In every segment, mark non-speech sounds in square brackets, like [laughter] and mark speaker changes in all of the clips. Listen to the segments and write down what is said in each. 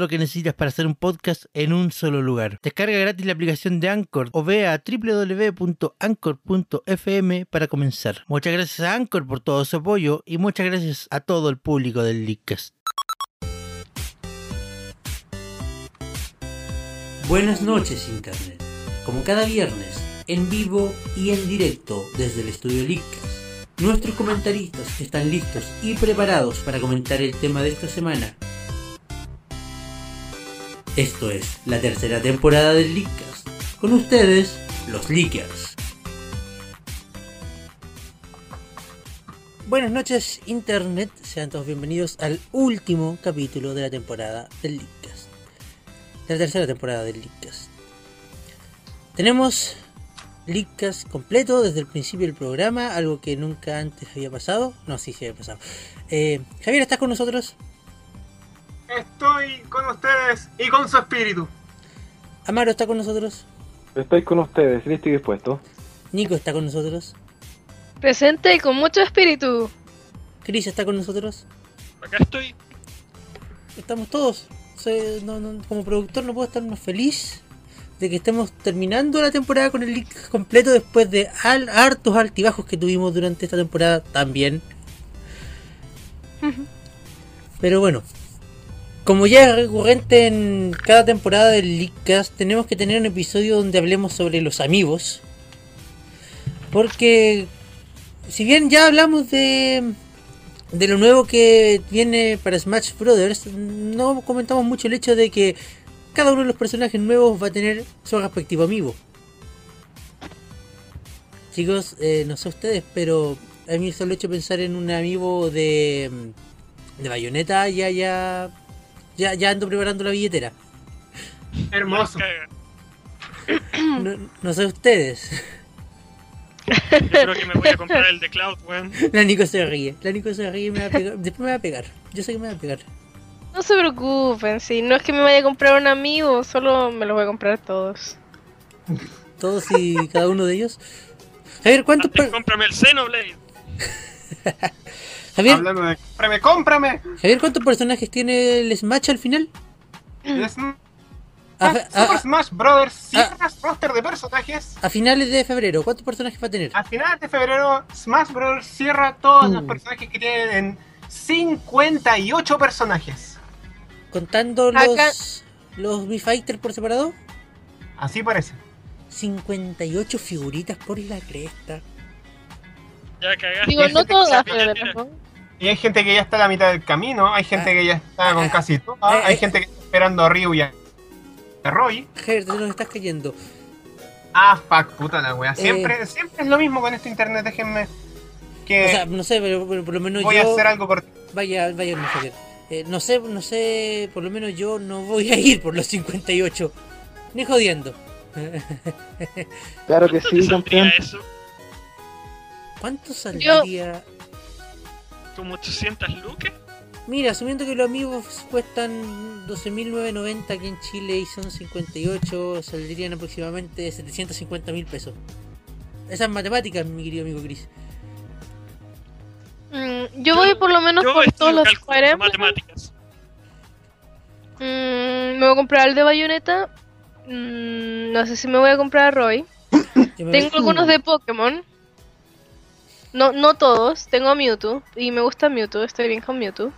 Speaker 1: lo que necesitas para hacer un podcast en un solo lugar. Descarga gratis la aplicación de Anchor o ve a www.anchor.fm para comenzar. Muchas gracias a Anchor por todo su apoyo y muchas gracias a todo el público del Leadcast. Buenas noches Internet, como cada viernes, en vivo y en directo desde el estudio Leadcast. Nuestros comentaristas están listos y preparados para comentar el tema de esta semana. Esto es la tercera temporada del Leakcast. Con ustedes, los Leakers. Buenas noches, Internet. Sean todos bienvenidos al último capítulo de la temporada del Leakcast. De la tercera temporada del Leakcast. Tenemos Leakcast completo desde el principio del programa, algo que nunca antes había pasado. No, sí, sí había pasado. Eh, Javier, ¿estás con nosotros?
Speaker 2: Estoy con ustedes y con su espíritu.
Speaker 1: Amaro está con nosotros.
Speaker 3: Estoy con ustedes, listo y dispuesto.
Speaker 1: Nico está con nosotros.
Speaker 4: Presente y con mucho espíritu.
Speaker 1: Cris está con nosotros.
Speaker 5: Acá estoy.
Speaker 1: Estamos todos. Soy- no- no- como productor no puedo estar más feliz de que estemos terminando la temporada con el leak completo después de al- hartos altibajos que tuvimos durante esta temporada también. Pero bueno, como ya es recurrente en cada temporada del Leakcast, tenemos que tener un episodio donde hablemos sobre los amigos. Porque si bien ya hablamos de de lo nuevo que viene para Smash Brothers, no comentamos mucho el hecho de que cada uno de los personajes nuevos va a tener su respectivo amigo. Chicos, eh, no sé ustedes, pero a mí solo he hecho pensar en un amigo de, mm, de Bayonetta, ya, ya, ya, ya ando preparando la billetera.
Speaker 2: Hermoso.
Speaker 5: Caga.
Speaker 1: No, no sé ustedes. [laughs]
Speaker 5: Yo creo que me voy a comprar el de Cloud,
Speaker 3: [laughs]
Speaker 5: weón.
Speaker 1: La Nico se ríe, la Nico se ríe y me va a pegar. Después me va a pegar. Yo sé que me va a pegar.
Speaker 4: No se preocupen, si no es que me vaya a comprar un amigo, solo me los voy a comprar todos.
Speaker 1: Todos y cada uno de ellos. Javier,
Speaker 5: [laughs]
Speaker 1: ¿cuántos,
Speaker 5: Antes
Speaker 1: per-
Speaker 5: cómprame el Xenoblade.
Speaker 1: Javier,
Speaker 2: Hablando de cómprame, cómprame.
Speaker 1: Javier, ¿cuántos personajes tiene el Smash al final?
Speaker 2: El Sm-
Speaker 1: Mm. A, fe-
Speaker 2: Ah, Super
Speaker 1: a-
Speaker 2: Smash Brothers
Speaker 1: ah.
Speaker 2: cierra roster de personajes.
Speaker 1: a finales de febrero, ¿cuántos personajes va a tener?
Speaker 2: A finales de febrero, Smash Brothers cierra todos los
Speaker 1: Mm.
Speaker 2: personajes que tienen 58 personajes.
Speaker 1: Contando
Speaker 4: Acá-
Speaker 1: los, los Mi Fighter por separado,
Speaker 2: Así parece.
Speaker 1: 58 figuritas por la cresta.
Speaker 5: Ya cagaste.
Speaker 4: Digo,
Speaker 5: [laughs]
Speaker 4: no todas,
Speaker 2: Mira,
Speaker 4: pero
Speaker 5: mira.
Speaker 4: tampoco.
Speaker 2: Y hay gente que ya está a la mitad del camino, hay gente
Speaker 1: Ah.
Speaker 2: que ya está con
Speaker 1: Ah.
Speaker 2: casi todo, hay
Speaker 1: eh.
Speaker 2: gente que está esperando a Ryu y a a Roy.
Speaker 1: Javier, te nos estás cayendo.
Speaker 2: Ah, fuck, puta la
Speaker 1: Eh.
Speaker 2: wea. Siempre, siempre es lo mismo con este internet, déjenme que
Speaker 1: O sea, no sé, pero, pero por lo menos
Speaker 2: Eh, voy
Speaker 1: yo.
Speaker 2: a hacer algo por
Speaker 1: Vaya, vaya, no, Javier. Eh, no sé, no sé, por lo menos yo no voy a ir por los 58. Ni jodiendo.
Speaker 3: Claro
Speaker 5: [laughs]
Speaker 3: que
Speaker 5: ¿Te
Speaker 3: sí,
Speaker 5: saldría
Speaker 3: campeón.
Speaker 5: eso?
Speaker 1: ¿Cuánto saldría?
Speaker 5: ¿Como 800 lucas?
Speaker 1: Mira, asumiendo que los amigos cuestan 12.990 aquí en Chile y son 58, saldrían aproximadamente 750 mil pesos. Esas matemáticas, mi querido amigo Chris.
Speaker 4: Mm, yo voy por lo menos
Speaker 5: Yo
Speaker 4: por
Speaker 5: estoy
Speaker 4: todos los
Speaker 5: calculando
Speaker 4: Fire Emblem.
Speaker 5: matemáticas.
Speaker 4: Mm, me voy a comprar el de Bayonetta. Mm, no sé si me voy a comprar a Roy.
Speaker 1: Yo me-
Speaker 4: Tengo algunos de Pokémon. No, no todos. Tengo a Mewtwo. Y me gusta Mewtwo. Estoy bien con Mewtwo.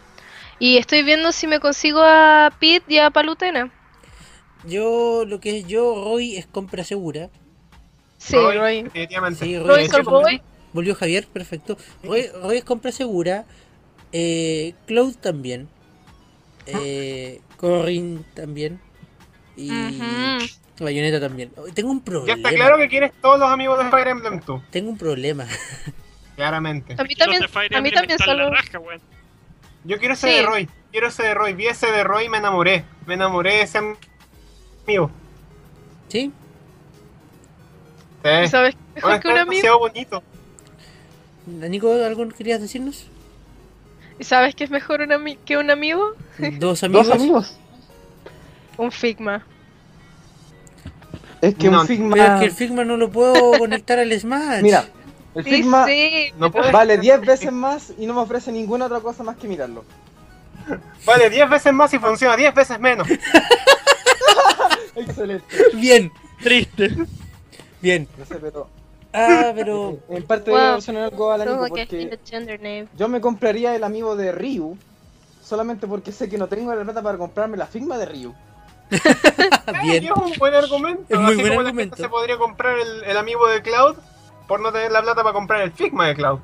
Speaker 4: Y estoy viendo si me consigo a Pit y a Palutena.
Speaker 1: Yo, lo que es yo, Roy es compra segura.
Speaker 4: Sí,
Speaker 2: Roy,
Speaker 4: Roy.
Speaker 2: definitivamente.
Speaker 1: Sí, Roy,
Speaker 4: Roy
Speaker 1: es
Speaker 4: con
Speaker 1: compra-
Speaker 4: Roy.
Speaker 1: Volvió Javier, perfecto. Roy, Roy es compra segura. Eh, Cloud también. Eh, Corin también. Y
Speaker 4: Ujú.
Speaker 1: Bayonetta también. Oh, Tengo un
Speaker 2: Ya
Speaker 1: problema.
Speaker 2: está claro que quieres todos los amigos de Fire Emblem tú,
Speaker 1: Tengo un problema. [laughs]
Speaker 2: claramente.
Speaker 4: A mí
Speaker 5: Los
Speaker 4: también,
Speaker 5: de Fire
Speaker 4: a mí
Speaker 5: Emblem
Speaker 4: también
Speaker 5: están
Speaker 4: solo...
Speaker 5: la raja, weón.
Speaker 2: Yo quiero ese
Speaker 4: Sí.
Speaker 2: de Roy, quiero ese de Roy, vi ese de Roy y me enamoré, me enamoré de ese am- amigo.
Speaker 1: ¿Sí?
Speaker 2: Sí.
Speaker 4: ¿Sabes?
Speaker 2: Bueno,
Speaker 4: Mejor que
Speaker 2: está
Speaker 4: un amigo.
Speaker 2: demasiado bonito.
Speaker 1: Nico, ¿algo querías
Speaker 3: [laughs]
Speaker 1: decirnos?
Speaker 4: ¿Y sabes que es mejor un ami- que un amigo?
Speaker 1: Dos amigos.
Speaker 3: ¿Dos amigos?
Speaker 4: Un Figma.
Speaker 3: Es que
Speaker 2: No,
Speaker 3: un Figma.
Speaker 1: Pero es que el Figma no lo
Speaker 3: [laughs]
Speaker 1: puedo conectar al Smash.
Speaker 3: Mira, el
Speaker 4: Sí,
Speaker 3: Figma
Speaker 4: sí.
Speaker 2: No puedes-
Speaker 3: vale 10 veces más y no me ofrece ninguna otra cosa más que mirarlo.
Speaker 2: Vale 10 veces más y funciona 10 veces menos.
Speaker 3: Excelente.
Speaker 1: [laughs] Bien,
Speaker 5: Triste.
Speaker 1: bien.
Speaker 3: No sé, pero
Speaker 1: Ah, pero.
Speaker 3: en parte
Speaker 4: Wow.
Speaker 3: voy a evolucionar algo al amigo
Speaker 4: No, que
Speaker 3: porque
Speaker 4: es gender name.
Speaker 3: yo me compraría el amigo de Ryu solamente porque sé que no tengo la plata para comprarme la Figma de Ryu.
Speaker 1: Ah, [laughs] bien.
Speaker 2: Eh, es un buen argumento.
Speaker 1: Es muy
Speaker 2: Así
Speaker 1: buen
Speaker 2: como la
Speaker 1: argumento.
Speaker 2: gente se podría comprar el, el amigo de Cloud por no tener la plata para comprar el Figma de Cloud.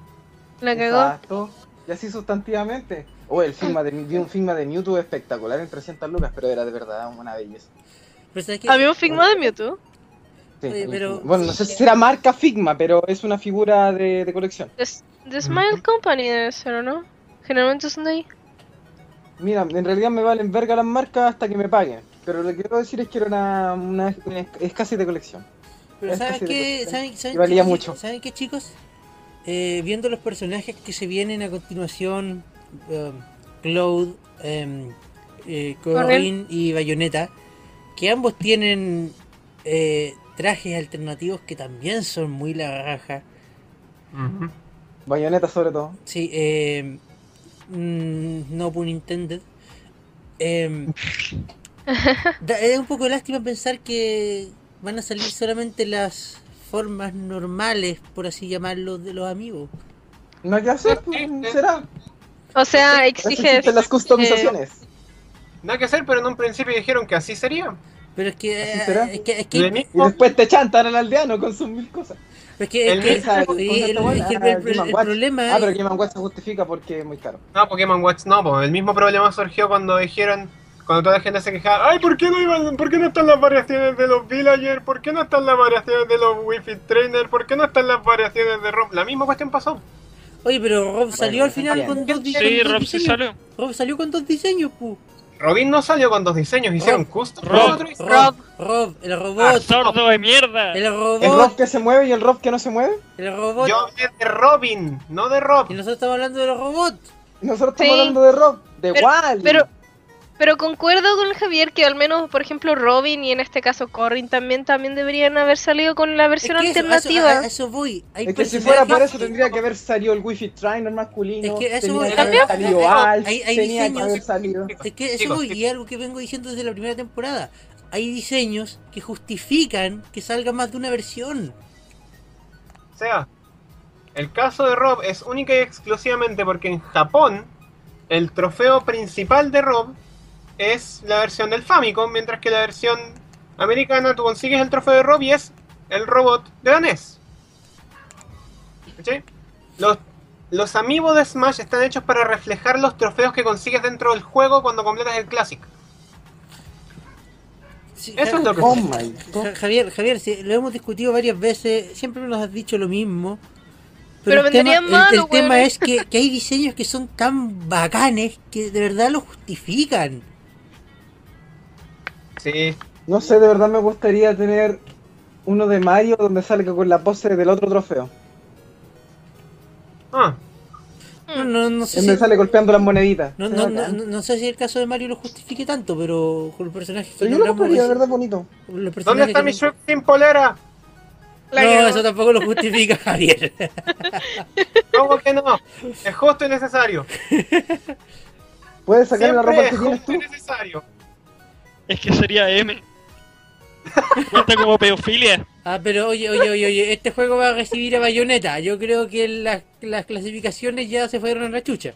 Speaker 4: La cagó. Mm.
Speaker 3: Exacto. Y así sustantivamente. Oye, el Figma de, vi un Figma de Mewtwo espectacular en 300 lucas, pero era de verdad una belleza.
Speaker 1: Pero ¿sabes qué?
Speaker 4: Había un Figma de Mewtwo.
Speaker 3: Sí,
Speaker 1: Oye, pero-
Speaker 3: Bueno, no sé si será marca Figma, pero es una figura de, de colección.
Speaker 4: De, S- de Smile Company debe ser, ¿o no? Generalmente son de ahí.
Speaker 3: Mira, en realidad me valen verga las marcas hasta que me paguen. Pero lo que quiero decir es que era una, una, una esc- es casi de colección.
Speaker 1: Pero
Speaker 3: Es
Speaker 1: ¿sabes
Speaker 3: casi
Speaker 1: qué?
Speaker 3: de-
Speaker 1: ¿Saben, saben
Speaker 3: y valía
Speaker 1: qué,
Speaker 3: mucho.
Speaker 1: ¿Saben qué, chicos? Eh, viendo los personajes que se vienen a continuación, um, Cloud, em, eh, Corrin y Bayonetta, que ambos tienen eh, trajes alternativos que también son muy la raja.
Speaker 3: Bayoneta sobre todo.
Speaker 1: Sí, eh, mm, no pun intended. Em, da- es un poco de lástima pensar que van a salir solamente las formas normales, por así llamarlo, de los amigos.
Speaker 3: No hay que hacer, pues, será.
Speaker 4: O sea,
Speaker 3: Eso
Speaker 4: exiges.
Speaker 3: existen las customizaciones.
Speaker 2: Nada que hacer, pero en un principio dijeron que así sería.
Speaker 1: Pero es que, eh,
Speaker 3: Así será.
Speaker 1: es que, es que,
Speaker 2: Y de
Speaker 1: es
Speaker 3: Y
Speaker 2: mismo,
Speaker 3: después te chantan al aldeano con sus mil cosas.
Speaker 1: que- es
Speaker 2: el
Speaker 1: que-
Speaker 3: Esa-
Speaker 1: oye, Eh, el- es
Speaker 3: esa
Speaker 1: que el-
Speaker 3: buena,
Speaker 1: el- el
Speaker 3: Game Watch.
Speaker 1: problema
Speaker 3: Ah, pero
Speaker 1: es-
Speaker 3: Game Watch se justifica porque es muy caro.
Speaker 2: no, Pokémon Watch no, po. el mismo problema surgió cuando dijeron, cuando toda la gente se quejaba, ay, ¿por qué no, iban, ¿por qué no están las variaciones de los Villagers? ¿Por qué no están las variaciones de los Wi-Fi Trainer? ¿Por qué no están las variaciones de Rob? La misma cuestión pasó.
Speaker 1: Oye, pero Rob salió al final
Speaker 3: bien.
Speaker 1: con dos, di-
Speaker 5: Sí,
Speaker 1: con dos
Speaker 5: Rob se
Speaker 1: diseños.
Speaker 5: salió.
Speaker 1: Rob salió con dos diseños, pu.
Speaker 2: Robin no salió con dos diseños, hicieron custom.
Speaker 5: Rob,
Speaker 2: Otro diseño.
Speaker 1: Rob, Rob, el
Speaker 5: Ah,
Speaker 1: robot,
Speaker 5: sordo de mierda.
Speaker 1: el
Speaker 3: El Rob
Speaker 1: robot,
Speaker 3: que se mueve y el Rob que no se mueve.
Speaker 1: el robot.
Speaker 2: Yo hablé de Robin, no de Rob.
Speaker 1: Y nosotros estamos hablando de los robots.
Speaker 3: Y nosotros
Speaker 4: Sí.
Speaker 3: estamos hablando de Rob, de
Speaker 4: Pero-
Speaker 3: Wally.
Speaker 4: Pero, pero concuerdo con Javier que al menos, por ejemplo, Robin y en este caso Corrin también, también deberían haber salido con la
Speaker 1: Es
Speaker 4: versión
Speaker 1: que eso- a eso-
Speaker 4: alternativa.
Speaker 1: a- a eso voy. Hay
Speaker 3: Es que si
Speaker 1: personajes
Speaker 3: fuera por eso
Speaker 1: que-
Speaker 3: tendría que haber salido el Wi-Fi Trainer masculino.
Speaker 1: Es que eso
Speaker 3: tenía
Speaker 1: voy.
Speaker 3: que haber salido Alf,
Speaker 1: Hay- hay
Speaker 3: tenía que
Speaker 1: diseños.
Speaker 3: haber salido.
Speaker 1: Es que eso
Speaker 2: Chicos,
Speaker 1: voy,
Speaker 2: chicos.
Speaker 1: y es algo que vengo diciendo desde la primera temporada. Hay diseños que justifican que salga más de una versión.
Speaker 2: O sea, el caso de Rob es única y exclusivamente porque en Japón el trofeo principal de Rob es la versión del Famicom, mientras que la versión americana tú consigues el trofeo de Rob y es el robot de la NES. ¿Cachai? Los, los amigos de Smash están hechos para reflejar los trofeos que consigues dentro del juego cuando completas el Classic.
Speaker 1: Sí,
Speaker 2: Eso es lo que...
Speaker 1: [laughs]
Speaker 3: Oh my god.
Speaker 1: Ja- Javier, Javier, sí, lo hemos discutido varias veces, siempre nos has dicho lo mismo.
Speaker 4: Pero
Speaker 1: el tema,
Speaker 4: venderían
Speaker 1: el-
Speaker 4: mal,
Speaker 1: el
Speaker 4: weón.
Speaker 1: tema es que, que hay diseños que son tan bacanes que de verdad lo justifican.
Speaker 2: Sí,
Speaker 3: No sé, de verdad me gustaría tener uno de Mario donde salga con la pose del otro trofeo.
Speaker 2: Ah,
Speaker 1: No,
Speaker 4: Mm,
Speaker 1: no, no sé
Speaker 3: Él
Speaker 1: si-
Speaker 3: Mm. me sale golpeando las moneditas.
Speaker 1: No,
Speaker 3: Se
Speaker 1: no,
Speaker 3: ve
Speaker 1: no,
Speaker 3: bacán.
Speaker 1: no- no sé si el caso de Mario lo justifique tanto, pero con los personajes que
Speaker 3: Pero yo lo
Speaker 1: nombramos,
Speaker 3: compraría, de
Speaker 1: ese-
Speaker 3: verdad, bonito.
Speaker 1: los personajes
Speaker 2: ¿dónde está
Speaker 1: que
Speaker 2: mi
Speaker 1: nom-
Speaker 2: Shrek sin polera?
Speaker 4: La
Speaker 1: No,
Speaker 4: cagó.
Speaker 1: eso tampoco lo justifica [laughs] Javier.
Speaker 2: ¿Cómo que no? Es justo y necesario.
Speaker 3: Puedes sacar la
Speaker 2: Siempre
Speaker 3: ropa
Speaker 2: es
Speaker 3: que tienes
Speaker 2: justo
Speaker 3: tú.
Speaker 2: y necesario.
Speaker 5: Es que sería M. Cuenta como pedofilia.
Speaker 1: Ah, pero oye, oye, oye, oye, este juego va a recibir a Bayonetta. Yo creo que las, las clasificaciones ya se fueron a la chucha.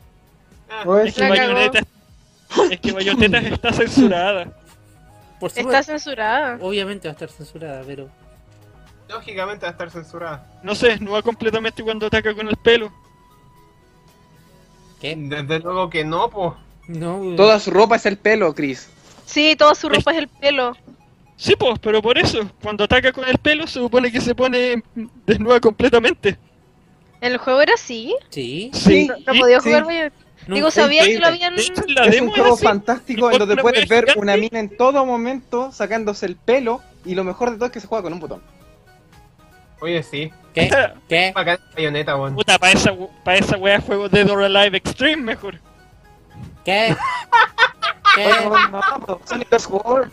Speaker 2: Ah,
Speaker 3: Pues,
Speaker 5: Es que
Speaker 4: La cagó.
Speaker 5: Bayonetta. Es que Bayonetta está censurada.
Speaker 1: Por supuesto,
Speaker 4: Está censurada.
Speaker 1: obviamente va a estar censurada, pero...
Speaker 2: Lógicamente va a estar censurada.
Speaker 5: No se desnuda completamente cuando ataca con el pelo.
Speaker 1: ¿Qué?
Speaker 2: Desde luego que no, po.
Speaker 1: No,
Speaker 3: su ropa es el pelo, Chris.
Speaker 4: Sí, toda su ropa es el pelo.
Speaker 5: Sí, pues, pero por eso, cuando ataca con el pelo se supone que se pone desnuda completamente.
Speaker 4: ¿El juego era así?
Speaker 1: Sí.
Speaker 3: Sí,
Speaker 4: No, no podía
Speaker 3: sí.
Speaker 4: jugar Bayonetta. Digo,
Speaker 1: Nunca-
Speaker 4: sabía que
Speaker 3: increíble.
Speaker 4: lo habían...
Speaker 5: De hecho, [laughs] la
Speaker 3: es un
Speaker 5: demo
Speaker 3: juego
Speaker 5: es así.
Speaker 3: fantástico en
Speaker 5: Con
Speaker 3: donde
Speaker 5: una
Speaker 3: puedes
Speaker 5: wea
Speaker 3: ver una
Speaker 5: gigante.
Speaker 3: mina en todo momento sacándose el pelo y lo mejor de todo es que se juega con un
Speaker 5: [laughs]
Speaker 3: botón.
Speaker 2: Oye, sí.
Speaker 1: ¿Qué? ¿Qué?
Speaker 2: Bacán la bayoneta, weón.
Speaker 5: Eh, Puta, para esa, para esa wea juego Dead or Alive Extreme mejor.
Speaker 4: [laughs]
Speaker 1: ¿Qué? ¿Qué?
Speaker 3: Oye, no, no, Sonic Lost World,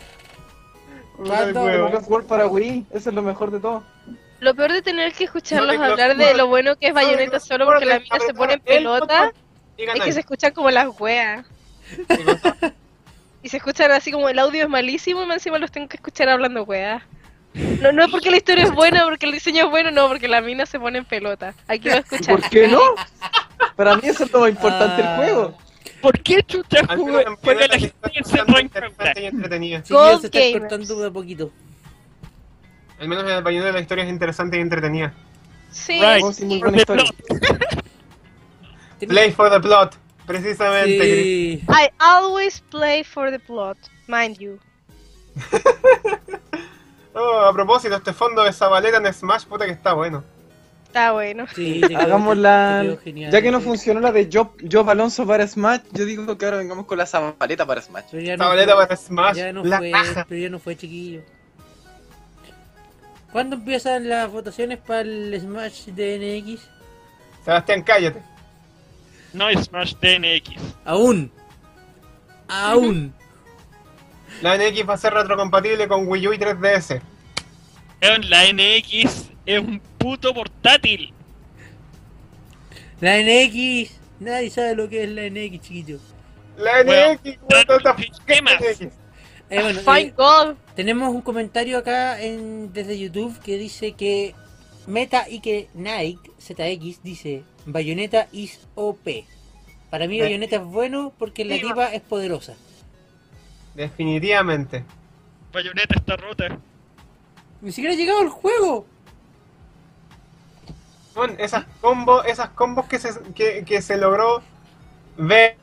Speaker 2: Puta el
Speaker 1: ¿cuándo?
Speaker 2: huevo.
Speaker 3: Sonic Lost World para Wii, eso es lo mejor de todo.
Speaker 4: Lo peor de tener que escucharlos
Speaker 2: Sonic
Speaker 4: hablar
Speaker 2: Lost
Speaker 4: de lo
Speaker 2: World.
Speaker 4: bueno que es Bayonetta solo porque la mina se pone en
Speaker 2: Apretar el
Speaker 4: pelota
Speaker 2: botón y
Speaker 4: es que
Speaker 2: ganáis.
Speaker 4: se escuchan como las weas. Y se escuchan así como el audio es malísimo y más encima los tengo que escuchar hablando weas. No, no es porque la historia es buena, porque el diseño es bueno, no, porque la mina se pone en pelota. Aquí lo escuchan.
Speaker 3: ¿Por qué no? Para mí eso es lo más importante del juego.
Speaker 5: ¿Por qué chucha
Speaker 2: Al
Speaker 5: juega,
Speaker 2: menos en
Speaker 5: juega la
Speaker 2: Bayonetta
Speaker 5: gente
Speaker 2: está
Speaker 5: en Zen
Speaker 2: bastante
Speaker 5: Rank
Speaker 2: interesante y
Speaker 1: Sí,
Speaker 2: entretenida.
Speaker 1: ya se
Speaker 4: Gold Gamers.
Speaker 1: está cortando de a poquito.
Speaker 2: Al menos en el bayoneta la historia es interesante y entretenida.
Speaker 4: Sí,
Speaker 5: Right.
Speaker 3: Juego sin muy buena
Speaker 5: The
Speaker 3: historia.
Speaker 5: Plot.
Speaker 2: Play for the plot, precisamente.
Speaker 1: Sí.
Speaker 2: Chris.
Speaker 4: I always play for the plot, mind you.
Speaker 2: Oh, a propósito, este fondo de Zabaleta en Smash, puta que está bueno.
Speaker 4: Está bueno.
Speaker 1: Sí, te quedó-
Speaker 3: Hagamos
Speaker 1: te
Speaker 3: la...
Speaker 1: quedó genial.
Speaker 3: Ya que no funcionó la de Job, Job Alonso para Smash, yo digo que ahora vengamos con la Zabaleta para Smash.
Speaker 1: Pero ya no
Speaker 2: Zabaleta
Speaker 1: fue-
Speaker 2: para Smash,
Speaker 1: Ya no
Speaker 2: la
Speaker 1: fue,
Speaker 2: caja.
Speaker 1: pero ya no fue chiquillo. ¿Cuándo empiezan las votaciones para el Smash de NX?
Speaker 2: Sebastián, cállate.
Speaker 5: No Smash DNX.
Speaker 1: Aún.
Speaker 2: [laughs]
Speaker 1: Aún.
Speaker 2: La NX va a ser retrocompatible con Wii U y 3DS.
Speaker 5: Weón, La NX es un puto portátil.
Speaker 1: La NX. Nadie sabe lo que es la NX, chiquillo.
Speaker 2: La
Speaker 5: Bueno,
Speaker 2: NX, what the fuck,
Speaker 5: ¿qué más?
Speaker 2: NX?
Speaker 1: Eh, bueno,
Speaker 4: Fine
Speaker 1: eh,
Speaker 4: God.
Speaker 1: tenemos un comentario acá en, desde YouTube que dice que Meta y que Nike ZX dice Bayonetta is OP. Para mí
Speaker 2: Me-
Speaker 1: Bayonetta es bueno porque la
Speaker 2: Eh. Sí,
Speaker 1: diva es poderosa.
Speaker 2: Definitivamente.
Speaker 5: Bayonetta está rota.
Speaker 1: Ni siquiera ha llegado el juego.
Speaker 2: Bueno, esas combos, esas combos que se, que, que se logró ver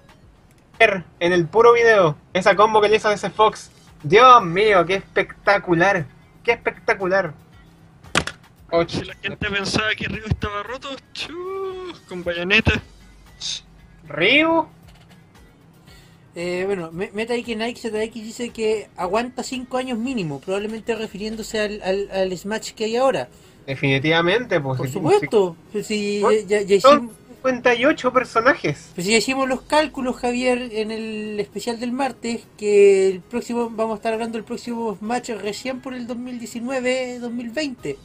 Speaker 2: en el puro video. Esa combo que le hizo a ese Fox. Dios mío, qué espectacular. Qué espectacular.
Speaker 5: Si
Speaker 2: Ocho.
Speaker 5: la gente pensaba que Ryu estaba roto, chu, con Bayonetta.
Speaker 2: Ryu.
Speaker 1: Eh, bueno, Me- Meta y que Nike ZX dice que aguanta 5 años mínimo, probablemente refiriéndose al, al, al Smash que hay ahora.
Speaker 2: Definitivamente, pues.
Speaker 1: Por
Speaker 2: si-
Speaker 1: supuesto. Si, si
Speaker 2: Bueno,
Speaker 1: ya- ya- ya
Speaker 2: si- Son
Speaker 1: hicimos-
Speaker 2: 58 personajes.
Speaker 1: Pues ya hicimos los cálculos, Javier, en el especial del martes, que el próximo vamos a estar hablando del próximo match recién por el 2019-2020.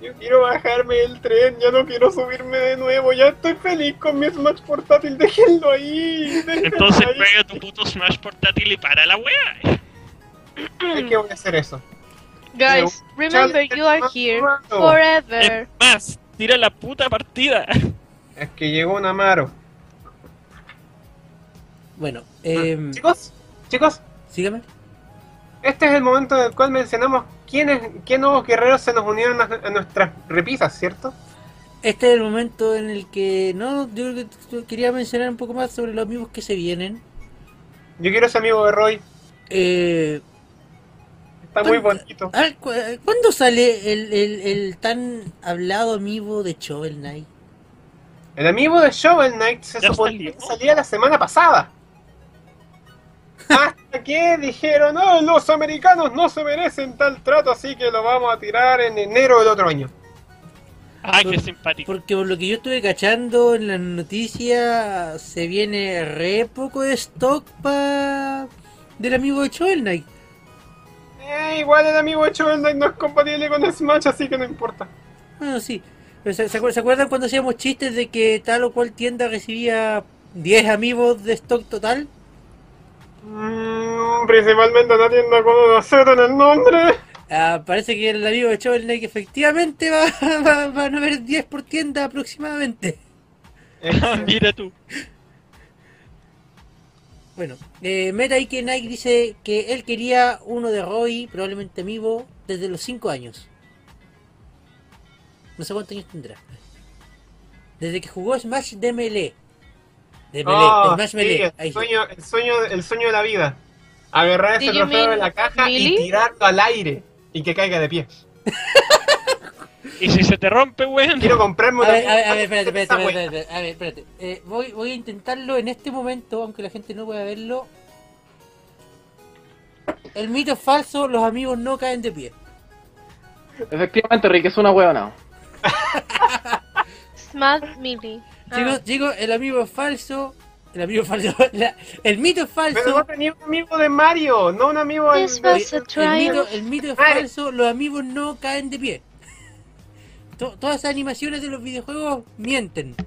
Speaker 2: Yo quiero bajarme del tren, ya no quiero subirme de nuevo, ya estoy feliz con mi Smash portátil, déjenlo ahí. déjenlo
Speaker 5: Entonces
Speaker 2: ahí.
Speaker 5: juega tu puto Smash portátil y para la wea.
Speaker 2: Es que voy a hacer eso.
Speaker 4: Guys, [laughs] remember you
Speaker 2: eh,
Speaker 4: are here forever.
Speaker 1: Eh,
Speaker 5: Es más, tira la puta partida.
Speaker 2: Es que llegó un Amaro.
Speaker 1: Bueno, eh,
Speaker 2: Chicos, chicos,
Speaker 1: sígame.
Speaker 2: este es el momento en el cual mencionamos quiénes, qué nuevos guerreros se nos unieron a, a nuestras repisas, ¿cierto?
Speaker 1: Este es el momento en el que... No, yo creo que quería mencionar un poco más sobre los amigos que se vienen.
Speaker 2: Yo quiero ese amigo de Roy,
Speaker 1: Eh,
Speaker 2: está muy
Speaker 1: Tanta-
Speaker 2: bonito.
Speaker 1: ah, cu- ¿Cuándo sale el, el- el tan hablado amigo de Shovel Knight?
Speaker 2: El amigo de Shovel Knight se
Speaker 5: Ya
Speaker 2: suponía
Speaker 5: salió.
Speaker 2: que salía la semana pasada. Hasta que dijeron, no, los americanos no se merecen tal trato, así que lo vamos a tirar en enero del otro año.
Speaker 3: Ah,
Speaker 5: Ay, Ah, qué simpático. [laughs]
Speaker 1: Porque por lo que yo estuve cachando en las noticias, se viene re poco de stock pa... del amigo de Shovel Knight.
Speaker 2: Eh, igual el amigo de Shovel Knight no es compatible con Smash, así que no importa.
Speaker 1: Ah, sí. Pero ¿Se, se acuer- se acuerdan cuando hacíamos chistes de que tal o cual tienda recibía 10 amigos de stock total?
Speaker 2: Mm, principalmente una tienda con un acero en
Speaker 1: [laughs]
Speaker 2: el nombre.
Speaker 1: Ah, parece que el amigo de Shovel Knight efectivamente va, [laughs] va- van a haber 10 por tienda aproximadamente.
Speaker 5: Mira tú.
Speaker 1: Bueno, eh, Meta Ike Nike dice que él quería uno de Roy, probablemente amigo, desde los 5 años. No sé cuántos años tendrá. Desde que jugó Smash de Melee. De Melee,
Speaker 2: Ah,
Speaker 1: Smash
Speaker 2: sí,
Speaker 1: Melee. Ahí
Speaker 2: el,
Speaker 1: sí.
Speaker 2: sueño, el, sueño, el sueño de la vida. Agarrar
Speaker 4: Do
Speaker 2: ese
Speaker 4: you
Speaker 2: trofeo de
Speaker 4: mean
Speaker 2: la caja y
Speaker 4: really?
Speaker 2: tirarlo al aire y que caiga
Speaker 1: [laughs]
Speaker 2: de pie.
Speaker 5: Y si se te rompe, weón.
Speaker 2: Quiero comprarme
Speaker 1: A
Speaker 2: una.
Speaker 1: ver, a ver, a ver, espérate, espérate,
Speaker 2: de esa
Speaker 1: espérate,
Speaker 2: wea.
Speaker 1: espérate, a ver, espérate. Eh, voy, voy a intentarlo en este momento, aunque la gente no pueda verlo. El mito es falso, los amigos no caen de pie.
Speaker 6: Efectivamente, Rick, es una huevona.
Speaker 4: Smart Mini. Ah,
Speaker 1: Chicos, chicos, el amigo es falso. El amigo es falso. [laughs] la- el mito es
Speaker 2: Pero vos
Speaker 1: falso.
Speaker 2: tenías un amigo de Mario, no un amigo de.
Speaker 4: Yes,
Speaker 1: El,
Speaker 4: but- Falso
Speaker 1: el mito,
Speaker 4: trial.
Speaker 1: el mito es
Speaker 2: eh. Ay.
Speaker 1: falso, los amigos no caen de pie. [laughs] To- todas esas animaciones de los videojuegos mienten. [coughs]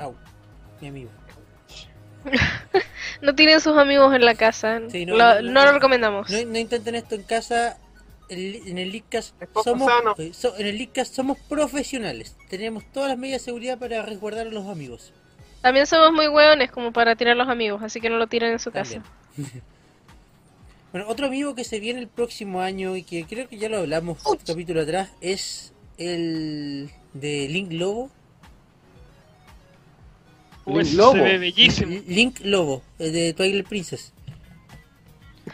Speaker 1: Au, mi amigo.
Speaker 4: No tienen sus amigos en la casa.
Speaker 1: Sí, no,
Speaker 4: lo,
Speaker 1: no,
Speaker 4: no,
Speaker 1: no.
Speaker 4: lo recomendamos.
Speaker 1: No, no intenten esto en casa. El- En el Leadcast
Speaker 2: Es poco
Speaker 1: somos,
Speaker 2: sano.
Speaker 1: eh, so- en el Leadcast somos profesionales. Tenemos todas las medidas de seguridad para resguardar a los amigos.
Speaker 4: También somos muy hueones como para tirar los amigos, así que no lo tiren en su casa.
Speaker 1: También. [laughs] bueno, otro amigo que se viene el próximo año y que creo que ya lo hablamos un capítulo atrás es el de Link Lobo.
Speaker 5: Uy,
Speaker 6: Un lobo.
Speaker 5: Se ve bellísimo.
Speaker 1: L- Link Lobo, el de Twilight Princess.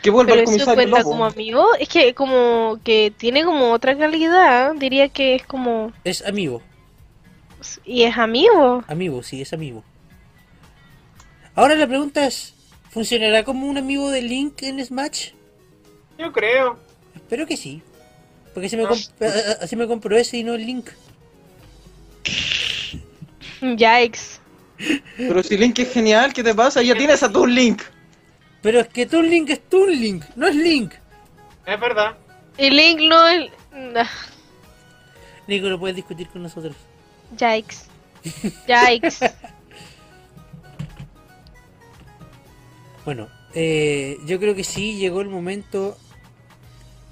Speaker 3: Que vuelva
Speaker 4: Pero
Speaker 3: el
Speaker 4: eso
Speaker 3: comisario
Speaker 4: cuenta
Speaker 3: lobo.
Speaker 4: como amigo. Es que como que tiene como otra calidad. Diría que es como...
Speaker 1: Es amigo,
Speaker 4: Y es amigo.
Speaker 1: amigo, sí, es amigo. Ahora la pregunta es, ¿funcionará como un amigo de Link en Smash?
Speaker 2: Yo creo.
Speaker 1: Espero que sí. Porque así me, comp- a- a- así me compro ese y no el Link.
Speaker 4: Yikes.
Speaker 3: Pero si Link es genial, ¿qué te pasa? Ya tienes a tu Link.
Speaker 1: Pero es que tu Link es tu Link, no es Link.
Speaker 2: Es verdad.
Speaker 4: Y Link no es... ah, nah,
Speaker 1: Nico, lo puedes discutir con nosotros. [laughs]
Speaker 4: Yikes. Yikes.
Speaker 1: Bueno, eh, yo creo que sí llegó el momento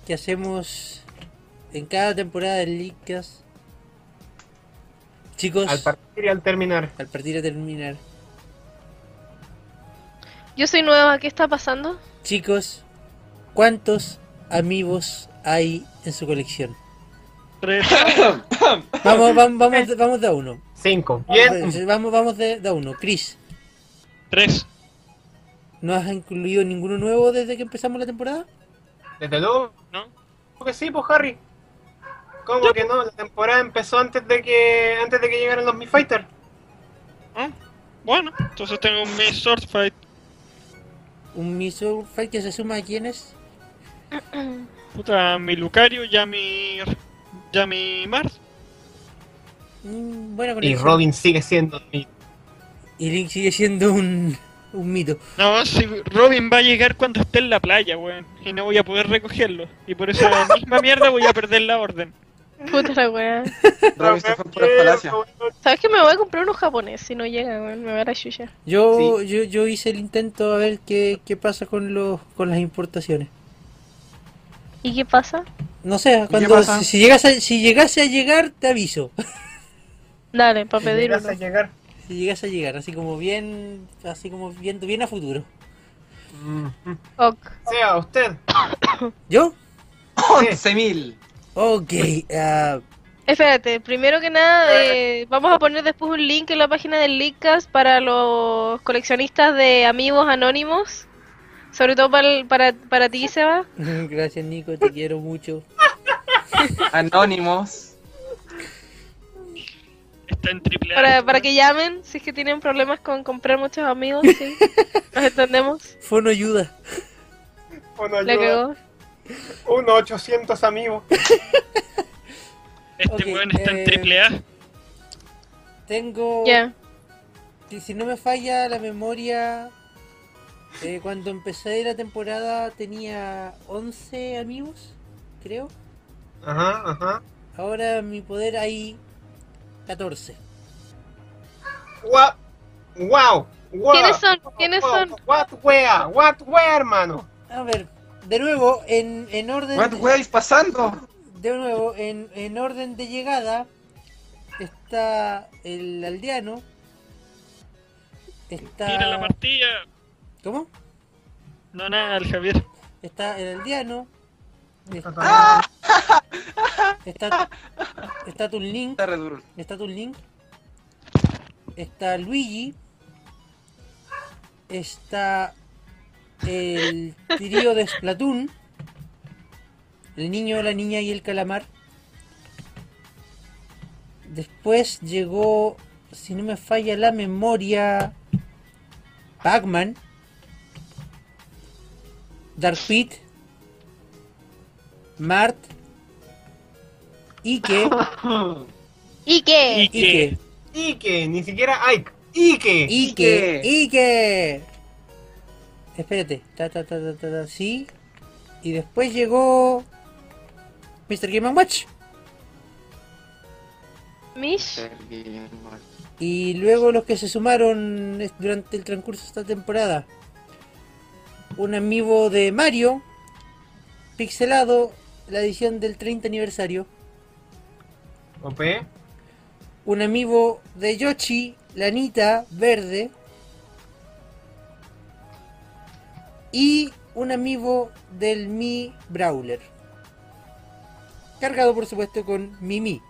Speaker 1: que hacemos en cada temporada del Leadcast. Chicos,
Speaker 2: Al partir y al terminar.
Speaker 1: al partir de terminar.
Speaker 4: Yo soy nueva, ¿qué está pasando?
Speaker 1: Chicos, ¿cuántos amigos hay en su colección?
Speaker 5: Tres.
Speaker 2: [laughs]
Speaker 1: Vamos, vamos, vamos, de- vamos de a uno.
Speaker 2: Cinco.
Speaker 1: Ah,
Speaker 2: Bien.
Speaker 1: Vamos, vamos de, de a uno. Chris,
Speaker 5: Tres.
Speaker 1: ¿no has incluido ninguno nuevo desde que empezamos la temporada?
Speaker 2: Desde luego.
Speaker 5: ¿No?
Speaker 2: que sí, pues Harry. ¿Cómo que no? La temporada empezó antes de que antes de que llegaran los Mi Fighter.
Speaker 5: Ah, Bueno, entonces tengo mi short fight.
Speaker 1: Un Miso Fight que se suma a quienes.
Speaker 5: Puta, mi Lucario, ya mi. Ya mi Mars.
Speaker 1: Mm, buena
Speaker 2: Y
Speaker 1: conexión.
Speaker 2: Robin sigue siendo mi.
Speaker 1: Y Link sigue siendo un, un mito.
Speaker 5: No, si Robin va a llegar cuando esté en la playa, weón. Y no voy a poder recogerlo. Y por esa misma mierda voy a perder la orden.
Speaker 4: Puta la wea.
Speaker 3: Robin se fue por las palacias.
Speaker 4: ¿Sabes que me voy a comprar unos japoneses si no llegan, weón? Me va a la chucha.
Speaker 1: Yo, yo, yo hice el intento a ver qué, qué pasa con los con las importaciones.
Speaker 4: ¿Y qué pasa?
Speaker 1: No sé,
Speaker 3: qué
Speaker 1: cuando
Speaker 3: pasa?
Speaker 1: si, si llegas a- si llegase a llegar, te aviso. [laughs]
Speaker 4: Dale, para pedir
Speaker 2: Llegas
Speaker 4: uno.
Speaker 2: a llegar.
Speaker 1: Si llegas a llegar, así como bien, así como bien, bien a futuro.
Speaker 2: Mm.
Speaker 4: Ok.
Speaker 2: Sea usted.
Speaker 1: ¿Yo?
Speaker 3: 11.000.
Speaker 1: Ok, ah, [laughs]
Speaker 4: Espérate, primero que nada, eh, vamos a poner después un link en la página del Leakcast para los coleccionistas de amigos anónimos. Sobre todo para, el- para, para ti, Seba.
Speaker 1: gracias Nico, te quiero mucho.
Speaker 3: Anónimos.
Speaker 5: Está en triple A.
Speaker 4: Para, para que llamen si es que tienen problemas con comprar muchos amigos. Sí. Nos entendemos.
Speaker 1: Fono ayuda.
Speaker 2: Uno,
Speaker 4: La
Speaker 2: ayuda.
Speaker 4: cagó.
Speaker 2: Uno 800 amigos.
Speaker 5: Este
Speaker 1: Ok,
Speaker 5: weón está
Speaker 1: eh,
Speaker 5: en triple A.
Speaker 1: Tengo,
Speaker 4: Ya.
Speaker 1: si, si no me falla la memoria, eh, cuando empecé la temporada tenía 11 amigos, creo.
Speaker 2: Ajá, ajá.
Speaker 1: Ahora en mi poder hay 14.
Speaker 2: Guau. Wow. Wow.
Speaker 4: ¿Quiénes son? ¿Quiénes son?
Speaker 2: What wea, what wea, hermano.
Speaker 1: A ver, de nuevo, en, en orden
Speaker 3: What weis pasando?
Speaker 1: de nuevo, en, en orden de llegada está el aldeano.
Speaker 5: Tira la
Speaker 1: Está.
Speaker 5: partida.
Speaker 1: ¿Cómo?
Speaker 5: No, nada, el Javier.
Speaker 1: Está el aldeano. Está.
Speaker 2: Ah,
Speaker 1: Está, está Toon Link.
Speaker 3: Está re duro.
Speaker 1: Está Toon Link. Está Luigi. está el trío de Splatoon, el niño, la niña y el calamar. Después llegó, si no me falla la memoria, Pac-Man, Dark Pit, Mart, Ike,
Speaker 4: ¿Y qué?
Speaker 1: Ike,
Speaker 2: Ike, ni siquiera Ike. Ike.
Speaker 1: Ike, Ike. Espérate, ta ta ta ta ta, ta, sí. Y después llegó Mr. Game and Watch.
Speaker 4: Mish.
Speaker 1: Y luego los que se sumaron es- durante el transcurso de esta temporada. Un amigo de Mario, pixelado, la edición del 30 aniversario.
Speaker 2: OP.
Speaker 1: Un amigo de Yoshi, Lanita, verde. Y un amigo del Mi Brawler. Cargado por supuesto con Mimi.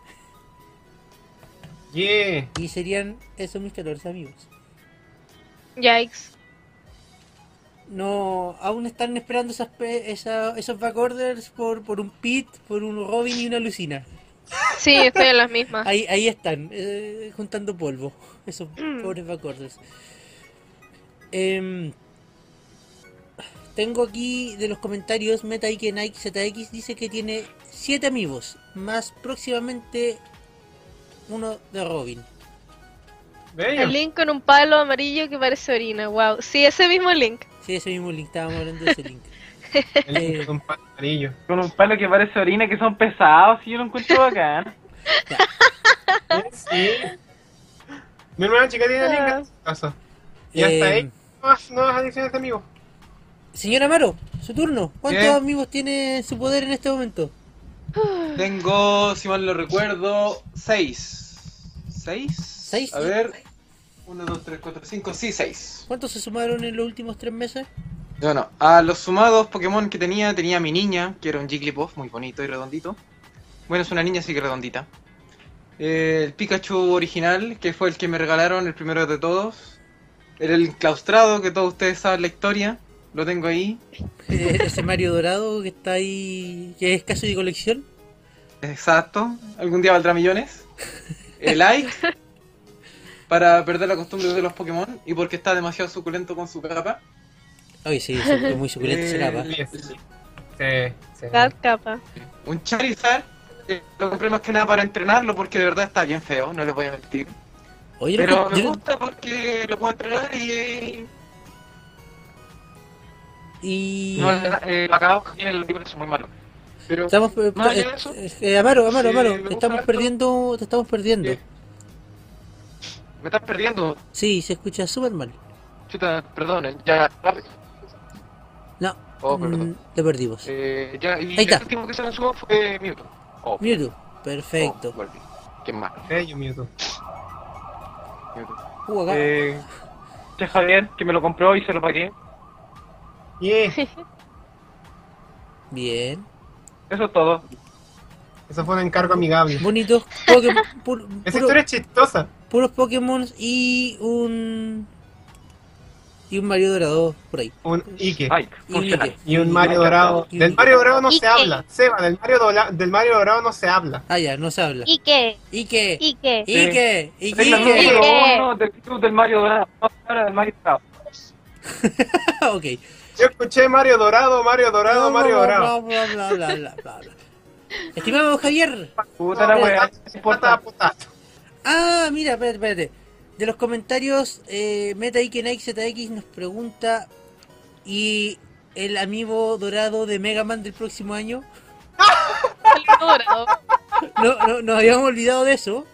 Speaker 2: Yeah.
Speaker 1: Y serían esos mis 14 amigos.
Speaker 4: Yikes.
Speaker 1: No, aún están esperando esas, pe- esa- esos backorders por, por un Pit, por un Robin y una Lucina.
Speaker 4: Sí, estoy en
Speaker 1: [laughs]
Speaker 4: las mismas.
Speaker 1: Ahí, ahí están, eh, juntando polvo, [laughs] esos pobres backorders. Em, tengo aquí de los comentarios, MetaIque Nike ZX dice que tiene 7 amigos, más próximamente uno de Robin.
Speaker 2: Bello.
Speaker 4: El link con un palo amarillo que parece orina. Wow. Sí, ese mismo link.
Speaker 1: Sí, ese mismo link, estábamos hablando de ese link.
Speaker 2: El link es un palo amarillo.
Speaker 6: Con un palo que parece orina, que son pesados, y yo lo encuentro bacán.
Speaker 2: Sí. Mi hermana chica tiene link en su casa. Y hasta ahí.
Speaker 1: Em,
Speaker 2: Nuevas, nuevas adiciones de este amigos.
Speaker 1: Señora Amaro, su turno. ¿Cuántos
Speaker 3: ¿Qué?
Speaker 1: amigos tiene en su poder en este momento?
Speaker 3: Tengo, si mal no recuerdo, 6. ¿6?
Speaker 1: ¿Seis?
Speaker 3: A ver. 1, 2, 3, 4, 5, sí, 6.
Speaker 1: ¿Cuántos se sumaron en los últimos tres meses? [laughs]
Speaker 3: Bueno, a los sumados Pokémon que tenía, tenía a mi niña, que era un Jigglypuff muy bonito y redondito. Bueno, es una niña así que redondita. Eh, el Pikachu original, que fue el que me regalaron, el primero de todos. El enclaustrado, que todos ustedes saben la historia. Lo tengo ahí.
Speaker 1: Eh, Ese Mario Dorado que está ahí, que es casi de colección.
Speaker 3: Exacto. Algún día valdrá millones. El like. para perder la costumbre de los Pokémon. Y porque está demasiado suculento con su capa.
Speaker 1: Ay, sí, es es muy suculento esa
Speaker 3: Eh,
Speaker 1: capa.
Speaker 2: Sí, sí. Sí, sí.
Speaker 4: Bad capa.
Speaker 3: Un Charizard. eh, Lo compré más que nada para entrenarlo porque de verdad está bien feo, no les voy a mentir.
Speaker 1: Oye, lo
Speaker 3: Pero
Speaker 1: que-
Speaker 3: me
Speaker 1: yo-
Speaker 3: gusta porque lo puedo entrenar y eh,
Speaker 1: y
Speaker 6: No, eh, lo acabo y el libro es muy malo. Pero
Speaker 1: estamos eh,
Speaker 6: más allá
Speaker 1: eh,
Speaker 6: de eso,
Speaker 1: eh, eh, Amaro, Amaro,
Speaker 6: sí,
Speaker 1: Amaro,
Speaker 6: me
Speaker 1: te
Speaker 6: gusta
Speaker 1: estamos
Speaker 6: harto.
Speaker 1: perdiendo, te estamos perdiendo.
Speaker 6: Sí. me estás perdiendo.
Speaker 1: Sí, se escucha súper mal.
Speaker 6: Chuta, perdonen, ya.
Speaker 1: No,
Speaker 6: Oh,
Speaker 1: mm,
Speaker 6: perdón.
Speaker 1: te perdimos.
Speaker 6: Eh, ya, y
Speaker 1: Ahí está.
Speaker 6: el último que se lanzó fue Mewtwo. Oh,
Speaker 1: Mewtwo,
Speaker 6: oh,
Speaker 1: perfecto.
Speaker 6: volví. Qué malo.
Speaker 2: Bello, Mewtwo.
Speaker 6: Mewtwo.
Speaker 1: Uh, acá.
Speaker 6: Eh, che Javier, que me lo compró y se lo pagué.
Speaker 2: Yeah.
Speaker 1: Bien.
Speaker 6: Eso es todo.
Speaker 2: Eso fue un encargo amigable.
Speaker 1: Bonitos
Speaker 6: [laughs]
Speaker 1: Pokémon, pu-
Speaker 2: Esa
Speaker 1: puro-
Speaker 2: historia es chistosa.
Speaker 1: puros Pokémon y un. Y un Mario Dorado por ahí.
Speaker 2: Un Ike.
Speaker 1: Y
Speaker 6: Ay,
Speaker 1: un Ah,
Speaker 6: funciona.
Speaker 1: Ike.
Speaker 2: Y un Mario Dorado.
Speaker 1: Y un
Speaker 2: Del
Speaker 1: Ike.
Speaker 2: Mario Dorado no
Speaker 4: Ike.
Speaker 2: se habla. Seba, del Mario, Dola- del Mario Dorado no se habla.
Speaker 1: Ah, ya, no se habla.
Speaker 4: ¿Y qué?
Speaker 1: Ike,
Speaker 4: ¿Y qué?
Speaker 6: Sí.
Speaker 1: Ike,
Speaker 6: Es la
Speaker 1: Ike.
Speaker 4: misma.
Speaker 6: número
Speaker 4: Ike.
Speaker 6: uno del club del Mario Dorado. Ahora del Mario Dorado.
Speaker 1: [laughs] Ok.
Speaker 2: Yo escuché Mario Dorado, Mario Dorado, Mario
Speaker 1: Bla,
Speaker 2: Dorado.
Speaker 1: bla, bla, bla, bla, bla, bla. Estimado Javier.
Speaker 6: Puta la weá.
Speaker 2: Pata-
Speaker 6: no importa.
Speaker 2: pata- patazo.
Speaker 1: Ah, mira, espérate, espérate. De los comentarios, eh, Meta Ike Nike ZX nos pregunta: ¿Y el amigo dorado de Mega Man del próximo año?
Speaker 4: El dorado.
Speaker 1: No, no, nos habíamos olvidado de eso.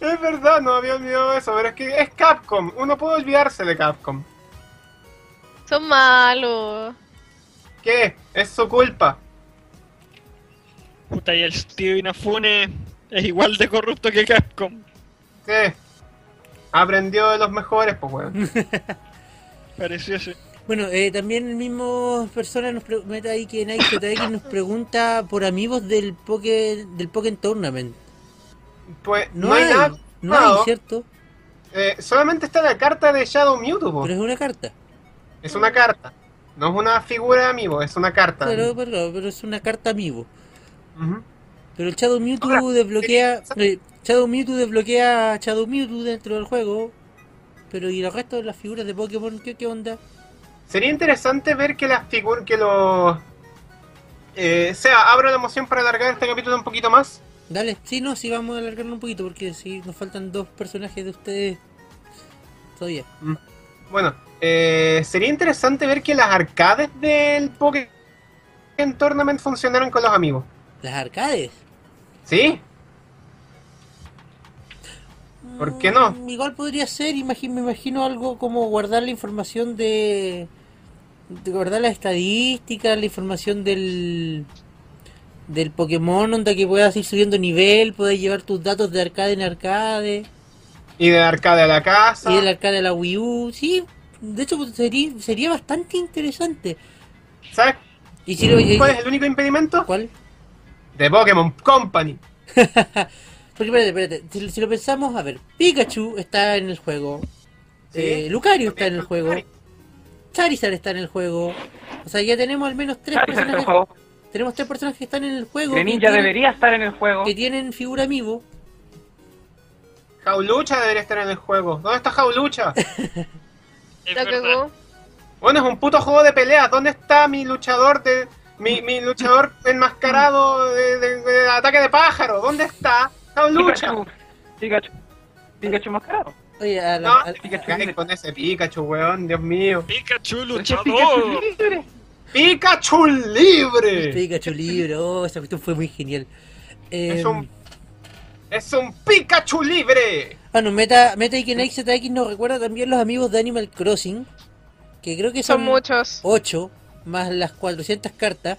Speaker 2: Es verdad, no había olvidado eso, pero es que es Capcom. Uno puede olvidarse de Capcom.
Speaker 4: Son malos.
Speaker 2: ¿Qué? Es su culpa.
Speaker 5: Puta, y el tío Inafune es igual de corrupto que Capcom.
Speaker 2: ¿Qué? Aprendió de los mejores, pues
Speaker 1: Mm.
Speaker 2: weón.
Speaker 5: Parecioso.
Speaker 1: Bueno, eh, también el mismo persona nos pre- meta ahí que Nike ZX nos pregunta por amigos del Poké del Pokémon Tournament.
Speaker 2: Pues
Speaker 1: No,
Speaker 2: no hay
Speaker 1: hay,
Speaker 2: nada.
Speaker 1: no hay,
Speaker 2: confirmado.
Speaker 1: ¿cierto?
Speaker 2: eh, solamente está la carta de Shadow Mewtwo. po.
Speaker 1: Pero es una carta.
Speaker 2: Es una carta. No es una figura de amigo, es una carta.
Speaker 1: Claro, pero, pero es una carta amigo.
Speaker 2: Ujú.
Speaker 1: Pero el Shadow Mewtwo
Speaker 2: Ahora,
Speaker 1: desbloquea.
Speaker 2: sí,
Speaker 1: eh, Shadow Mewtwo desbloquea a Shadow Mewtwo dentro del juego. Pero ¿y el resto de las figuras de Pokémon? ¿Qué, qué onda?
Speaker 2: Sería interesante ver que las figuras que los... Eh, sea, abro la moción para alargar este capítulo un poquito más.
Speaker 1: Dale, sí, no, sí, vamos a alargarlo un poquito porque sí, nos faltan dos personajes de ustedes todavía.
Speaker 2: Bueno, eh, sería interesante ver que las arcades del Pokémon Tournament funcionaron con los amigos.
Speaker 1: Las arcades.
Speaker 2: ¿Sí? ¿Por qué no?
Speaker 1: Mm, Igual podría ser, imagi- me imagino algo como guardar la información de, de guardar las estadísticas, la información del del Pokémon, onda que puedas ir subiendo nivel, puedes llevar tus datos de arcade en arcade,
Speaker 2: Y de arcade a la casa.
Speaker 1: y del arcade a la Wii U, sí, de hecho pues, sería, sería bastante interesante.
Speaker 2: ¿Sabes
Speaker 1: Y si lo-
Speaker 2: cuál es el único impedimento?
Speaker 1: ¿Cuál?
Speaker 2: De Pokémon Company.
Speaker 1: Porque espérate, espérate, si, si lo pensamos, a ver, Pikachu está en el juego,
Speaker 2: Sí.
Speaker 1: eh, Lucario está en el juego, Charizard está en el juego. O sea, ya tenemos al menos tres personajes. Tenemos tres personajes que están en el juego. que
Speaker 6: Greninja
Speaker 1: tienen-
Speaker 6: debería estar en el juego.
Speaker 1: Que tienen figura amigo.
Speaker 2: Jaulucha debería estar en el juego. ¿Dónde está Jaulucha?
Speaker 5: Es
Speaker 4: La
Speaker 5: verdad.
Speaker 4: cagó.
Speaker 2: Bueno, es un puto juego de peleas. ¿Dónde está mi luchador de. Mi, mi luchador enmascarado de, de- de ataque de pájaro? ¿Dónde está? Jaulucha.
Speaker 6: Pikachu. Pikachu. Pikachu mascarado.
Speaker 1: Oye, a la,
Speaker 2: No,
Speaker 1: a-
Speaker 6: Pikachu
Speaker 2: Ay,
Speaker 6: libre.
Speaker 2: con ese Pikachu, weón, Dios mío.
Speaker 5: Pikachu
Speaker 6: Pero si es Pikachu
Speaker 5: luchador.
Speaker 6: libre.
Speaker 2: ¡Pikachu
Speaker 1: al
Speaker 2: libre!
Speaker 1: Pikachu libre. Oh, esa cuestión fue muy genial. Eh,
Speaker 2: Es un. Es un Pikachu libre.
Speaker 1: Ah, no, Meta, Meta y Kenai ZX nos recuerda también los amigos de Animal Crossing. Que creo que
Speaker 4: Son
Speaker 1: son,
Speaker 4: muchos.
Speaker 1: 8 más las 400 cartas.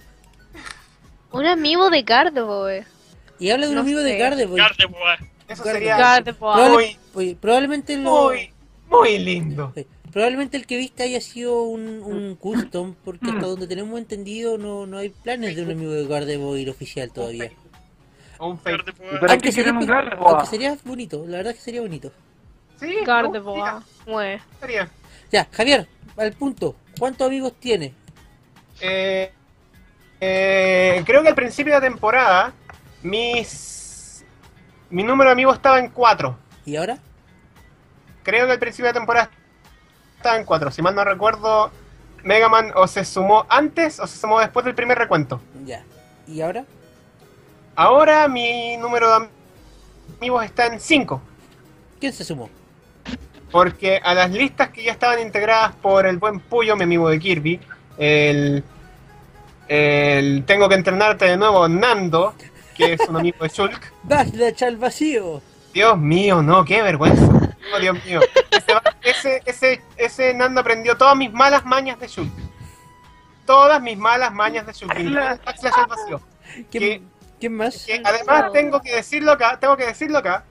Speaker 4: Un amigo de Gardevoir.
Speaker 1: Y habla de un
Speaker 4: No
Speaker 1: amigo de
Speaker 4: sé.
Speaker 1: Gardevoir.
Speaker 5: Gardevoir.
Speaker 2: Eso
Speaker 1: Gardevoir.
Speaker 2: sería
Speaker 4: Gardevoir.
Speaker 1: Probable-
Speaker 2: muy,
Speaker 1: oye, probablemente lo-
Speaker 2: muy, muy lindo.
Speaker 1: Sí. Probablemente el que viste haya sido un, un custom, porque hasta donde tenemos entendido no, no hay planes de un amigo de Gardevoir oficial todavía.
Speaker 2: O un fake.
Speaker 5: Gardevoir.
Speaker 6: Pero es que quieren un Gardevoir.
Speaker 1: aunque sería bonito, la verdad es que sería bonito.
Speaker 2: Sí,
Speaker 4: Gardevoir.
Speaker 2: no, sí,
Speaker 4: Mue.
Speaker 2: sería.
Speaker 1: Ya, Javier, al punto, ¿cuántos amigos tiene?
Speaker 2: Eh, eh, creo que al principio de la temporada, mis. Mi número de amigos estaba en 4.
Speaker 1: ¿Y ahora?
Speaker 2: Creo que al principio de la temporada estaba en 4. Si mal no recuerdo, Mega Man o se sumó antes o se sumó después del primer recuento.
Speaker 1: Ya. ¿Y ahora?
Speaker 2: Ahora mi número de am- amigos está en 5.
Speaker 1: ¿Quién se sumó?
Speaker 2: Porque a las listas que ya estaban integradas por el buen Puyo, mi amigo de Kirby, el, el Tengo que entrenarte de nuevo, Nando, que es un amigo de Shulk.
Speaker 1: ¡Vas de echar al vacío!
Speaker 2: Dios mío, no, qué vergüenza. Oh, Dios mío. Ese, va- ese, ese, ese Nando aprendió todas mis malas mañas de Shulk. Todas mis malas mañas de Shulk. Incluido el backslash al vacío. ¿Qué?
Speaker 1: ¿Quién, quién más?
Speaker 2: Que además tengo que decirlo acá, tengo que decirlo acá,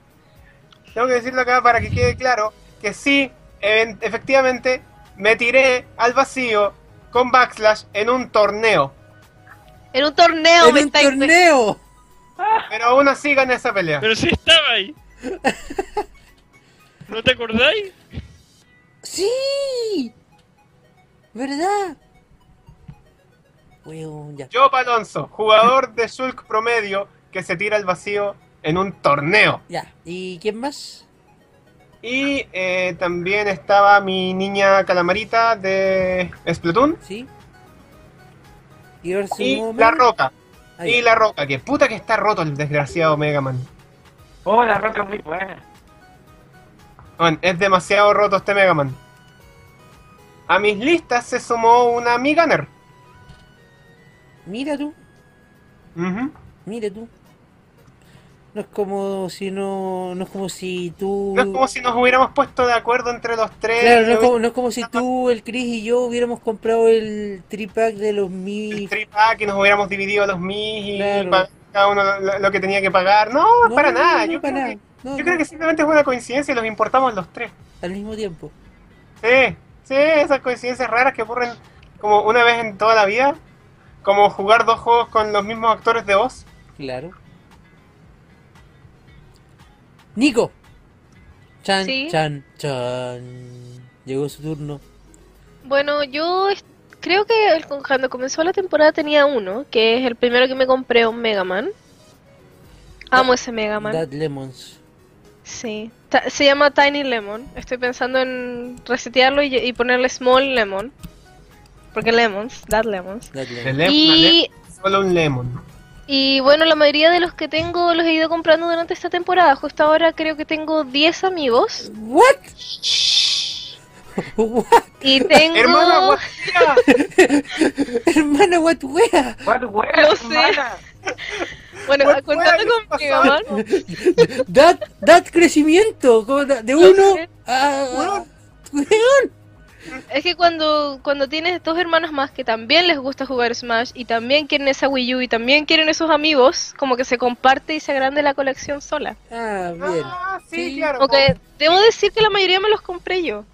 Speaker 2: tengo que decirlo acá para que quede claro que sí, even- efectivamente, me tiré al vacío con backslash en un torneo.
Speaker 4: En un torneo me
Speaker 1: ¡En un
Speaker 4: estáis-
Speaker 1: torneo!
Speaker 2: Pero aún así gané esa pelea.
Speaker 5: Pero si estaba ahí. ¿No te acordáis?
Speaker 1: ¡Sí! ¿Verdad? Weón, ya.
Speaker 2: Job Alonso, jugador de Shulk promedio que se tira al vacío en un torneo.
Speaker 1: Ya. ¿Y quién más?
Speaker 2: Y eh, también estaba mi niña calamarita de Splatoon.
Speaker 1: ¿Sí? ¿Y ahora se
Speaker 2: Y
Speaker 1: sumó
Speaker 2: la
Speaker 1: Mega?
Speaker 2: roca.
Speaker 1: Ahí.
Speaker 2: Y la roca, que puta que está roto el desgraciado Mega Man.
Speaker 6: Oh, la roca es muy buena.
Speaker 2: Bueno, es demasiado roto este Mega Man. A mis listas se sumó una Mi Gunner.
Speaker 1: Mira tú,
Speaker 2: Ujú.
Speaker 1: mira tú. No es como si no, no es como si tú.
Speaker 2: No es como si nos hubiéramos puesto de acuerdo entre los tres.
Speaker 1: Uh. Claro, no
Speaker 2: y
Speaker 1: es como, no es como si tú, el Chris y yo hubiéramos comprado el tripack de los Mi.
Speaker 2: el tripack y nos hubiéramos dividido los mis y
Speaker 1: Claro.
Speaker 2: pagar cada uno lo, lo que tenía que pagar. No,
Speaker 1: No,
Speaker 2: para
Speaker 1: no,
Speaker 2: nada.
Speaker 1: no,
Speaker 2: yo,
Speaker 1: para
Speaker 2: creo
Speaker 1: nada.
Speaker 2: Que,
Speaker 1: No,
Speaker 2: yo
Speaker 1: no,
Speaker 2: creo que simplemente es una coincidencia y los importamos los tres.
Speaker 1: al mismo tiempo.
Speaker 2: Sí, sí, esas coincidencias raras que ocurren como una vez en toda la vida. Como jugar dos juegos con los mismos actores de voz.
Speaker 1: Claro. Nico, Chan,
Speaker 4: Sí.
Speaker 1: chan, chan. Llegó su turno.
Speaker 4: Bueno, yo es- creo que el- cuando comenzó la temporada tenía uno, que es el primero que me compré, un Mega Man. Amo ese Mega Man.
Speaker 1: Dad Lemons.
Speaker 4: Sí. Ta- se llama Tiny Lemon. Estoy pensando en resetearlo y, y ponerle Small Lemon. Porque Lemons, That Lemons.
Speaker 1: Dad
Speaker 2: De
Speaker 1: Lemons.
Speaker 2: lemon a lemon,
Speaker 4: Y,
Speaker 2: solo un lemon.
Speaker 4: y bueno, la mayoría de los que tengo los he ido comprando durante esta temporada. Justo ahora creo que tengo 10 amigos.
Speaker 1: What? What?
Speaker 4: Y tengo...
Speaker 2: Hermana, what the-
Speaker 1: Hermana, what wea?
Speaker 6: What wea,
Speaker 4: No sé.
Speaker 6: hermana.
Speaker 4: Bueno,
Speaker 2: what
Speaker 4: contando
Speaker 2: wea,
Speaker 4: con
Speaker 2: ¿qué
Speaker 4: Mega
Speaker 2: pasó?
Speaker 4: Man.
Speaker 1: Dad, dad crecimiento. como da- De uno
Speaker 4: sé.
Speaker 1: a. a-
Speaker 4: Es que cuando, cuando tienes dos hermanos más que también les gusta jugar Smash y también quieren esa Wii U y también quieren esos amigos, como que se comparte y se agrande la colección sola.
Speaker 1: Ah, bien.
Speaker 2: Ah, sí,
Speaker 1: Sí.
Speaker 2: claro.
Speaker 4: Aunque debo decir que la mayoría me los compré yo.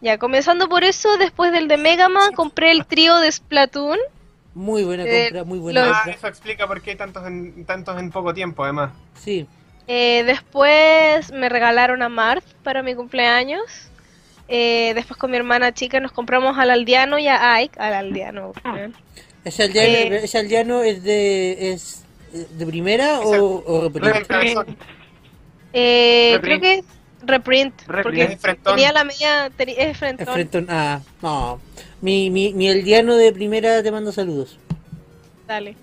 Speaker 4: Ya, comenzando por eso, después del de Mega Man compré el trío de Splatoon.
Speaker 1: Muy buena
Speaker 4: Eh,
Speaker 1: compra, muy buena
Speaker 4: los-
Speaker 2: Ah,
Speaker 1: compra.
Speaker 2: eso explica por qué hay tantos en, tantos en poco tiempo, además.
Speaker 1: Sí.
Speaker 4: Eh, después me regalaron a Marth para mi cumpleaños. Eh, después con mi hermana chica nos compramos al aldeano y a Ike. Al aldeano. weón.
Speaker 1: ¿Ese aldeano,
Speaker 4: Eh.
Speaker 1: ese aldeano es de. es eh, de primera
Speaker 2: Es el-
Speaker 1: o, o reprimida?
Speaker 2: El cabezón,
Speaker 4: Eh, creo
Speaker 6: Reprint.
Speaker 4: que es reprint,
Speaker 2: es
Speaker 4: porque
Speaker 6: Reprint.
Speaker 2: enfrentón.
Speaker 4: tenía la media teni- es
Speaker 1: Es
Speaker 4: frentón.
Speaker 1: frentón. Ah, no. Mi, mi, mi aldeano de primera te manda saludos.
Speaker 4: Dale.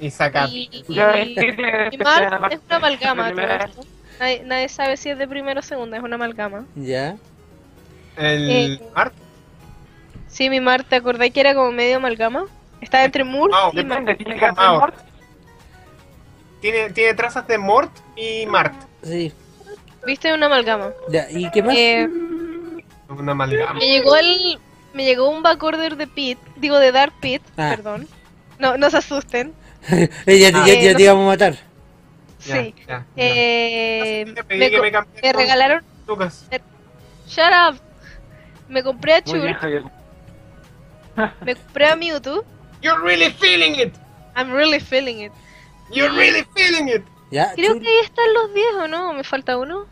Speaker 2: Y saca.
Speaker 4: Y, y-
Speaker 6: Yo [laughs] estoy de-
Speaker 4: y Mark
Speaker 6: de-
Speaker 4: es una amalgama.
Speaker 6: de-
Speaker 4: todo esto. Nadie, nadie sabe si es de primera o segunda, es una amalgama.
Speaker 1: ¿Ya?
Speaker 2: El
Speaker 4: Eh,
Speaker 2: Mart.
Speaker 4: Sí, mi Mar, ¿te acordás que era como medio amalgama? Estaba entre Moore
Speaker 2: Mao.
Speaker 4: y Mar.
Speaker 6: Depende, tiene que hacer
Speaker 2: Mao.
Speaker 6: mort.
Speaker 2: Tiene, tiene trazas de Mort y Mart.
Speaker 1: Sí.
Speaker 4: ¿Viste? Una amalgama.
Speaker 1: Ya, ¿Y qué más?
Speaker 4: Eh,
Speaker 2: Una amalgama.
Speaker 4: me llegó el me llegó un backorder de Pit, digo de Dark Pit,
Speaker 1: Ah.
Speaker 4: perdón. No, no se asusten.
Speaker 1: Eh, ya, ya-
Speaker 4: eh,
Speaker 1: ya
Speaker 4: no-
Speaker 1: te íbamos a matar.
Speaker 2: Ya,
Speaker 4: sí.
Speaker 2: ya, ya.
Speaker 4: Eh,
Speaker 2: Así que te pedí
Speaker 4: me,
Speaker 2: que
Speaker 4: co-
Speaker 2: me cambies
Speaker 4: me
Speaker 2: con
Speaker 4: regalaron
Speaker 2: Lucas.
Speaker 4: Shut up. Me compré a
Speaker 6: Muy bien,
Speaker 4: Chur,
Speaker 6: Javier.
Speaker 4: me compré a Mewtwo.
Speaker 2: You're really feeling it.
Speaker 4: I'm really feeling it.
Speaker 2: You're really feeling it.
Speaker 1: Ya,
Speaker 4: Creo
Speaker 1: chul,
Speaker 4: que ahí están los 10 o no, me falta uno.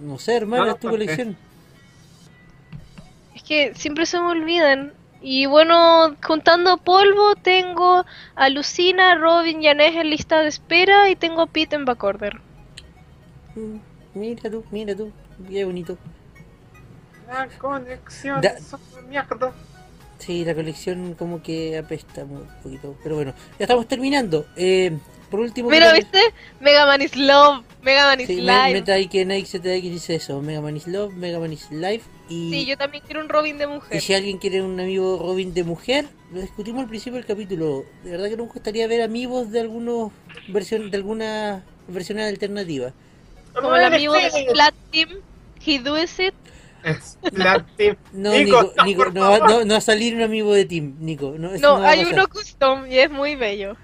Speaker 1: no sé, hermana,
Speaker 2: No,
Speaker 1: es tu
Speaker 2: ¿por qué?
Speaker 1: colección.
Speaker 4: Es que siempre se me olvidan. Y bueno, contando polvo, tengo a Lucina, Robin y Anés en lista de espera y tengo a Pete en backorder.
Speaker 1: Mm, Mira tú, mira tú, qué bonito.
Speaker 2: La conexión
Speaker 1: Da-
Speaker 2: es una mierda.
Speaker 1: Sí, la colección como que apesta un poquito. Pero bueno, ya estamos terminando. Eh, por último,
Speaker 4: Mira,
Speaker 1: quiero-
Speaker 4: ¿viste? Mega Man is love, Mega Man is
Speaker 1: Sí, me-
Speaker 4: life.
Speaker 1: meta ahí que Nike ZX dice eso. Mega Man is Love, Mega Man is Life. Y,
Speaker 4: Sí, yo también quiero un Robin de
Speaker 1: y
Speaker 4: mujer.
Speaker 1: si alguien quiere un amigo Robin de mujer, lo discutimos al principio del capítulo. De verdad que nos gustaría ver amigos de algunos versión, de alguna versión alternativa.
Speaker 4: Como el amigo de Splat Team, he does it.
Speaker 2: Splatty.
Speaker 1: No,
Speaker 2: Nico,
Speaker 1: Nico,
Speaker 2: no,
Speaker 1: Nico,
Speaker 2: por
Speaker 1: no, va-
Speaker 2: favor.
Speaker 1: no- no va a salir un amigo de Team, Nico. No, eso
Speaker 4: No,
Speaker 1: no va a
Speaker 4: hay
Speaker 1: pasar.
Speaker 4: uno custom y es muy bello.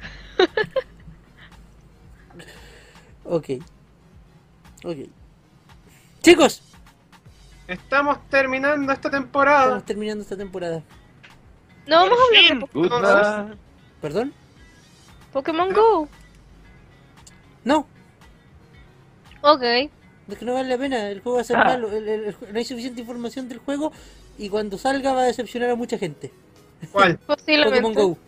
Speaker 1: Ok. Ok. Chicos,
Speaker 2: Estamos terminando esta temporada.
Speaker 1: estamos terminando esta temporada.
Speaker 4: No vamos a hablar de
Speaker 6: Goodbye.
Speaker 1: ¿Perdón?
Speaker 4: Pokémon Go.
Speaker 1: No,
Speaker 4: Ok.
Speaker 1: es que no vale la pena. El juego va a ser
Speaker 6: Ah.
Speaker 1: malo. el- el- el jue- no hay suficiente información del juego y cuando salga va a decepcionar a mucha gente.
Speaker 2: ¿Cuál?
Speaker 4: Posiblemente.
Speaker 1: Pokémon Go.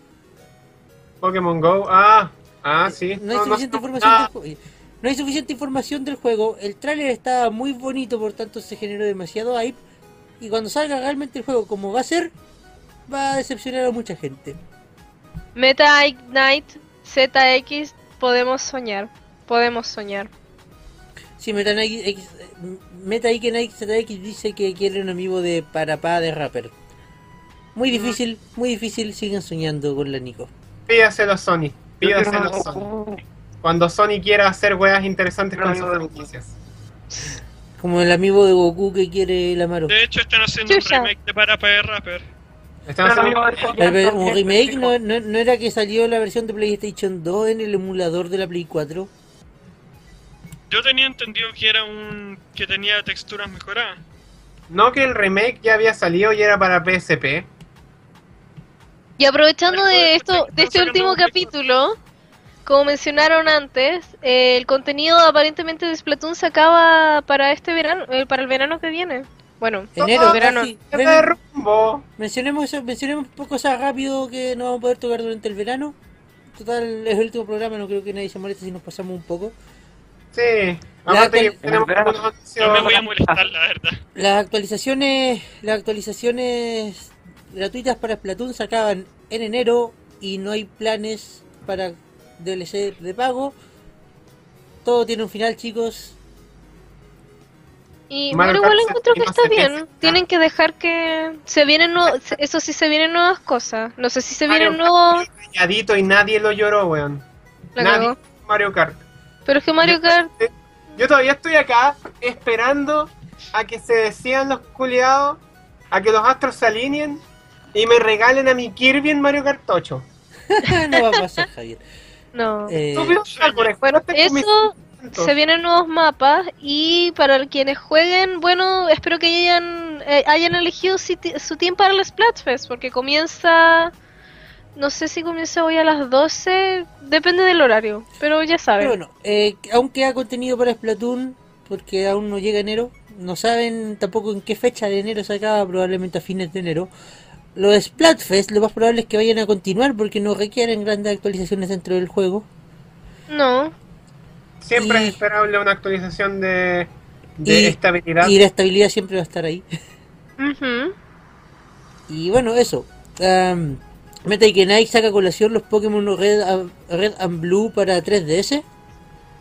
Speaker 2: Pokémon Go. Ah, ah, sí.
Speaker 1: No hay suficiente
Speaker 2: no,
Speaker 1: información
Speaker 2: ah,
Speaker 1: del juego. No hay suficiente información del juego. El tráiler estaba muy bonito, por tanto se generó demasiado hype. Y cuando salga realmente el juego como va a ser, va a decepcionar a mucha gente.
Speaker 4: Meta Ignite ZX. Podemos soñar. Podemos soñar.
Speaker 1: Sí, Meta Nike X- Meta Ike Nike ZX dice que quiere un amigo de Parapá de rapper. Muy difícil, muy difícil, siguen soñando con la Nico.
Speaker 2: Pídaselo a Sony.
Speaker 6: Yo quiero
Speaker 2: Pídaselo a
Speaker 6: un
Speaker 2: Sony.
Speaker 6: Goku.
Speaker 2: Cuando Sony quiera hacer weas interesantes
Speaker 6: Pero
Speaker 2: con
Speaker 6: no
Speaker 2: sus
Speaker 6: de
Speaker 2: franquicias.
Speaker 1: Como el amigo de Goku que quiere el Amaro.
Speaker 5: De hecho, están haciendo un
Speaker 4: Chucha.
Speaker 5: remake de Para para Rapper.
Speaker 2: Estamos
Speaker 6: Pero
Speaker 2: haciendo-
Speaker 6: amigo, eso-
Speaker 1: Pero, pero, Un remake no, no- no era que salió la versión de PlayStation 2 en el emulador de la Play 4.
Speaker 5: Yo tenía entendido que era un. que tenía texturas mejoradas.
Speaker 2: No que el remake ya había salido y era para PSP.
Speaker 4: Y aprovechando de esto, de este
Speaker 5: Estamos sacando
Speaker 4: último
Speaker 5: un récord.
Speaker 4: capítulo, Como mencionaron antes, eh, el contenido aparentemente de Splatoon se acaba para este verano, eh, para el verano que viene. Bueno,
Speaker 1: Enero,
Speaker 4: el verano.
Speaker 1: casi.
Speaker 2: ¡Qué
Speaker 1: Ven,
Speaker 2: derrumbo!
Speaker 1: Mencionemos, eso- mencionemos un poco cosas rápido que no vamos a poder tocar durante el verano. Total, es el último programa, no creo que nadie se moleste si nos pasamos un poco.
Speaker 2: Sí.
Speaker 1: Ya,
Speaker 2: Aparte que
Speaker 1: con-
Speaker 2: tenemos
Speaker 6: verano.
Speaker 2: algunos
Speaker 5: No me voy a
Speaker 2: anuncios.
Speaker 5: molestar, la verdad.
Speaker 1: Las actualizaciones, las actualizaciones gratuitas para Splatoon se acaban en enero y no hay planes para DLC de pago. Todo tiene un final, chicos. [laughs]
Speaker 4: Y
Speaker 2: Mario
Speaker 4: bueno,
Speaker 2: Kart
Speaker 4: igual
Speaker 2: se-
Speaker 4: encuentro que
Speaker 2: no
Speaker 4: está
Speaker 2: se
Speaker 4: bien.
Speaker 2: piensa.
Speaker 4: Tienen que dejar que se vienen nue- se- eso sí se vienen nuevas cosas. No sé si se
Speaker 2: Mario
Speaker 4: vienen nuevos.
Speaker 2: Calladito y nadie lo lloró, weón.
Speaker 4: La
Speaker 2: Nadie.
Speaker 4: cagó.
Speaker 2: Mario Kart.
Speaker 4: Pero es que Mario Kart
Speaker 2: Yo todavía estoy acá esperando a que se decían los culiados, a que los astros se alineen y me regalen a mi Kirby en Mario Kart 8.
Speaker 1: no va a pasar, Javier.
Speaker 4: no.
Speaker 1: Eh,
Speaker 2: Estúpido, Sakura,
Speaker 4: Bueno,
Speaker 2: espérate con mis
Speaker 4: eso
Speaker 2: sentimientos.
Speaker 4: se vienen nuevos mapas y para quienes jueguen, bueno, espero que hayan eh, hayan elegido si ti- su tiempo para el Splatfest porque comienza no sé si comienza hoy a las 12, depende del horario, pero ya
Speaker 1: Pero
Speaker 4: saben.
Speaker 1: bueno, eh, aún queda contenido para Splatoon, porque aún no llega enero. No saben tampoco en qué fecha de enero se acaba, probablemente a fines de enero. Los Splatfest, lo más probable es que vayan a continuar porque no requieren grandes actualizaciones dentro del juego.
Speaker 4: No,
Speaker 2: Siempre
Speaker 1: y-
Speaker 2: es esperable una actualización de, de
Speaker 1: y-
Speaker 2: estabilidad.
Speaker 1: Y la estabilidad siempre va a estar ahí.
Speaker 4: Ujú.
Speaker 1: Y bueno, eso. Am, Meta y que Nike saca a colación los Pokémon Red, and- Red and Blue para 3DS.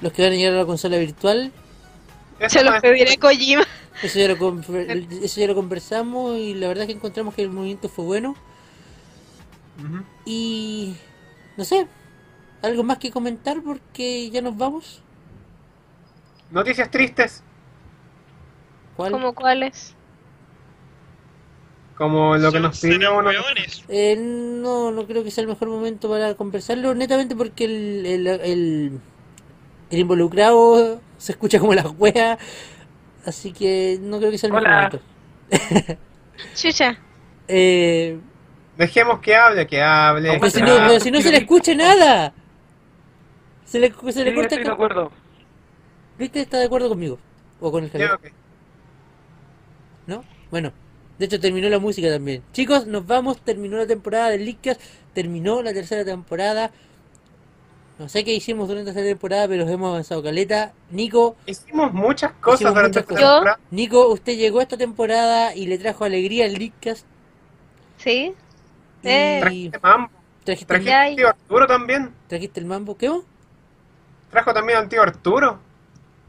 Speaker 1: Los que van a llegar a la consola virtual.
Speaker 2: Eso
Speaker 4: se
Speaker 2: no
Speaker 4: los
Speaker 2: es-
Speaker 4: pediré a Kojima.
Speaker 1: Eso ya, lo conver- eso ya lo conversamos y la verdad es que encontramos que el movimiento fue bueno.
Speaker 2: Ujú.
Speaker 1: Y no sé, algo más que comentar porque ya nos vamos.
Speaker 2: Noticias tristes,
Speaker 1: ¿Cuál?
Speaker 4: ¿Como cuáles?
Speaker 2: como lo que
Speaker 5: Son
Speaker 2: nos
Speaker 5: cero
Speaker 2: pidió uno.
Speaker 5: hueones.
Speaker 1: Eh, no, no creo que sea el mejor momento para conversarlo, netamente porque el, el, el- el involucrado se escucha como la wea, así que no creo que sea el mejor
Speaker 6: Hola.
Speaker 1: momento.
Speaker 4: Chucha.
Speaker 1: Eh,
Speaker 2: Dejemos que hable, que hable.
Speaker 1: pero si
Speaker 2: que
Speaker 1: no,
Speaker 2: hable.
Speaker 1: pero si no se le escucha nada, se le, se le
Speaker 6: Sí,
Speaker 1: corta.
Speaker 6: estoy de acuerdo.
Speaker 1: ¿Viste? Está de acuerdo conmigo, o con el
Speaker 2: Ya,
Speaker 1: Javier.
Speaker 2: ok.
Speaker 1: ¿no? Bueno, de hecho terminó la música también. Chicos, nos vamos, terminó la temporada de Lickas, terminó la tercera temporada. No sé qué hicimos durante esta temporada, pero hemos avanzado caleta. Nico,
Speaker 2: Hicimos muchas cosas
Speaker 1: Hicimos
Speaker 2: durante este
Speaker 1: muchas
Speaker 2: esta
Speaker 4: cosas.
Speaker 2: temporada.
Speaker 1: Nico, usted llegó a esta temporada y le trajo alegría al Lickas
Speaker 4: ¿Sí?
Speaker 1: y
Speaker 4: Eh.
Speaker 2: Trajiste este mambo,
Speaker 1: trajiste, el-
Speaker 2: trajiste
Speaker 4: Ya,
Speaker 2: al tío Arturo también.
Speaker 1: trajiste el mambo. ¿Qué? vos?
Speaker 2: Trajo también al tío Arturo.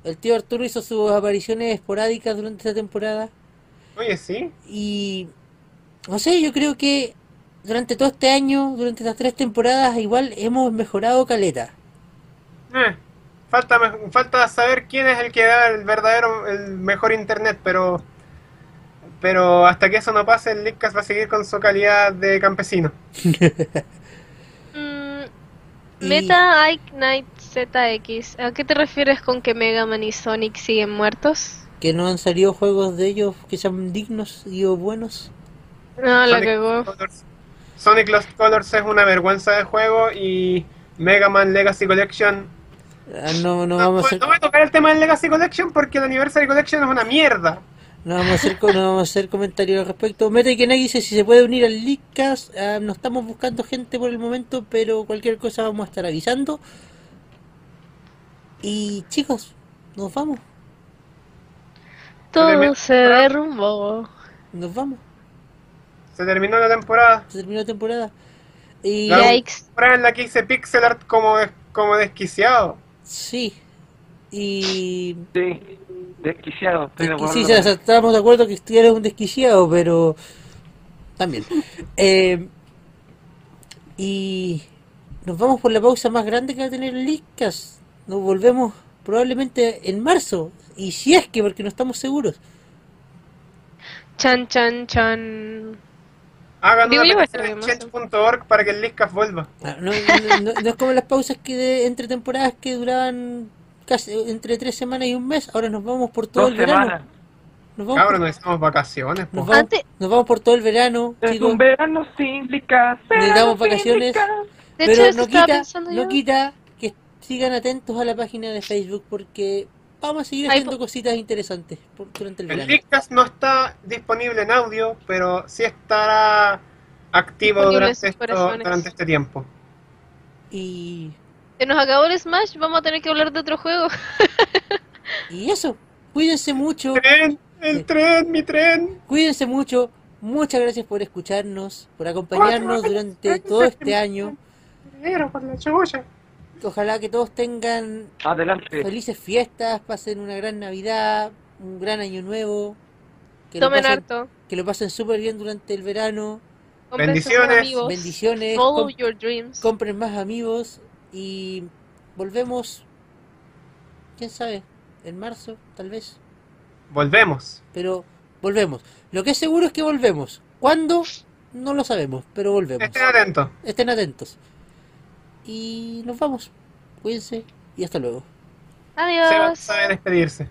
Speaker 1: El tío Arturo hizo sus apariciones esporádicas durante esta temporada.
Speaker 2: Oye, sí.
Speaker 1: Y no sé, yo creo que durante todo este año, durante estas tres temporadas, igual hemos mejorado caleta.
Speaker 2: Eh, Falta, me- falta saber quién es el que da el verdadero, el mejor internet, pero pero hasta que eso no pase, el Leadcast va a seguir con su calidad de campesino.
Speaker 4: Mm,
Speaker 1: Y-
Speaker 4: Meta Ike Knight ZX. ¿A qué te refieres con que Mega Man y Sonic siguen muertos?
Speaker 1: que no han salido juegos de ellos que sean dignos y o buenos.
Speaker 4: No, Ah, la
Speaker 2: Sonic
Speaker 4: cagó.
Speaker 2: Colors- Sonic Lost Colors es una vergüenza de juego y Mega Man Legacy Collection.
Speaker 1: Ah, No, no
Speaker 2: No,
Speaker 1: vamos a
Speaker 2: voy-
Speaker 1: hacer,
Speaker 2: no voy a tocar el tema del Legacy Collection porque el Anniversary Collection es una mierda.
Speaker 1: no vamos a hacer, co- no vamos a hacer comentarios al respecto. Meta y Kenai dice si se puede unir al Leadcast. Ah, no estamos buscando gente por el momento, pero cualquier cosa vamos a estar avisando. Y chicos, nos vamos,
Speaker 4: Todo
Speaker 2: Tremendo.
Speaker 4: se
Speaker 1: Ah.
Speaker 4: derrumbó.
Speaker 1: nos vamos.
Speaker 2: Se terminó la temporada.
Speaker 1: Se terminó la temporada. Y
Speaker 2: Claro.
Speaker 4: Yikes.
Speaker 2: Temporada en la que hice pixel art como, des- como desquiciado.
Speaker 1: sí. Y
Speaker 6: Sí, desquiciado, estoy de acuerdo.
Speaker 1: Sí, sí, estamos de acuerdo que tú eres un desquiciado, pero
Speaker 6: [laughs]
Speaker 1: también. Eh, y nos vamos por la pausa más grande que va a tener el Leadcast. Nos volvemos probablemente en marzo, y si es que, porque no estamos seguros.
Speaker 4: Chan, chan, chan.
Speaker 2: Hagan
Speaker 4: Digo
Speaker 2: una
Speaker 4: yo,
Speaker 2: petición
Speaker 4: este,
Speaker 2: en
Speaker 4: no sé.
Speaker 2: change.org para que el Leadcast vuelva.
Speaker 1: Ah, No, no- no- no es como las pausas que de- entre temporadas que duraban casi entre tres semanas y un mes. Ahora nos vamos por todo
Speaker 6: Dos
Speaker 1: el verano.
Speaker 6: semanas.
Speaker 1: Nos vamos,
Speaker 2: Cabrón,
Speaker 1: por,
Speaker 2: necesitamos vacaciones, po.
Speaker 1: nos vamos-
Speaker 4: Antes-
Speaker 1: nos vamos por todo el verano,
Speaker 6: Es
Speaker 1: chicos.
Speaker 6: un verano sin licas. verano
Speaker 1: Necesitamos
Speaker 6: sin
Speaker 1: vacaciones.
Speaker 6: licas.
Speaker 4: De
Speaker 1: pero
Speaker 4: hecho, eso
Speaker 1: no
Speaker 4: estaba
Speaker 1: quita,
Speaker 4: pensando
Speaker 1: no
Speaker 4: yo.
Speaker 1: quita que Sigan atentos a la página de Facebook porque vamos a seguir
Speaker 4: Ahí
Speaker 1: haciendo cositas interesantes por- durante el
Speaker 2: El
Speaker 1: verano.
Speaker 2: Leadcast no está disponible en audio, pero sí estará activo
Speaker 4: Disponible en sus
Speaker 2: durante, esto-
Speaker 4: corazones.
Speaker 2: durante este tiempo.
Speaker 1: Y,
Speaker 4: Se nos acabó el Smash, vamos a tener que hablar de otro juego.
Speaker 1: y eso, cuídense mucho,
Speaker 2: ¡Tren! ¡El
Speaker 1: Oh. Sí.
Speaker 2: tren! ¡Mi tren!
Speaker 1: cuídense mucho. Muchas gracias por escucharnos, por acompañarnos durante todo este año.
Speaker 2: Negro por la cebolla.
Speaker 1: Ojalá que todos tengan
Speaker 6: Adelante.
Speaker 1: felices fiestas, pasen una gran Navidad, un gran año nuevo. Que lo
Speaker 4: Tomen
Speaker 1: pasen,
Speaker 4: harto.
Speaker 1: que lo pasen súper bien durante el verano.
Speaker 4: Compren sus
Speaker 2: Bendiciones.
Speaker 4: amigos.
Speaker 1: Bendiciones.
Speaker 4: Follow
Speaker 1: comp-
Speaker 4: your dreams.
Speaker 1: compren más amigos y volvemos, quién sabe, en marzo tal vez,
Speaker 2: Volvemos.
Speaker 1: pero volvemos. Lo que es seguro es que volvemos. ¿Cuándo? No lo sabemos, pero volvemos.
Speaker 2: Estén atentos.
Speaker 1: Estén atentos. Y nos vamos. Cuídense y hasta luego.
Speaker 2: Seba
Speaker 4: Adiós.
Speaker 2: sabe despedirse.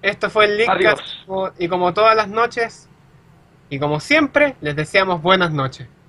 Speaker 2: Esto fue el Leadcast
Speaker 6: Adiós.
Speaker 2: y como todas las noches, y como siempre, les deseamos buenas noches.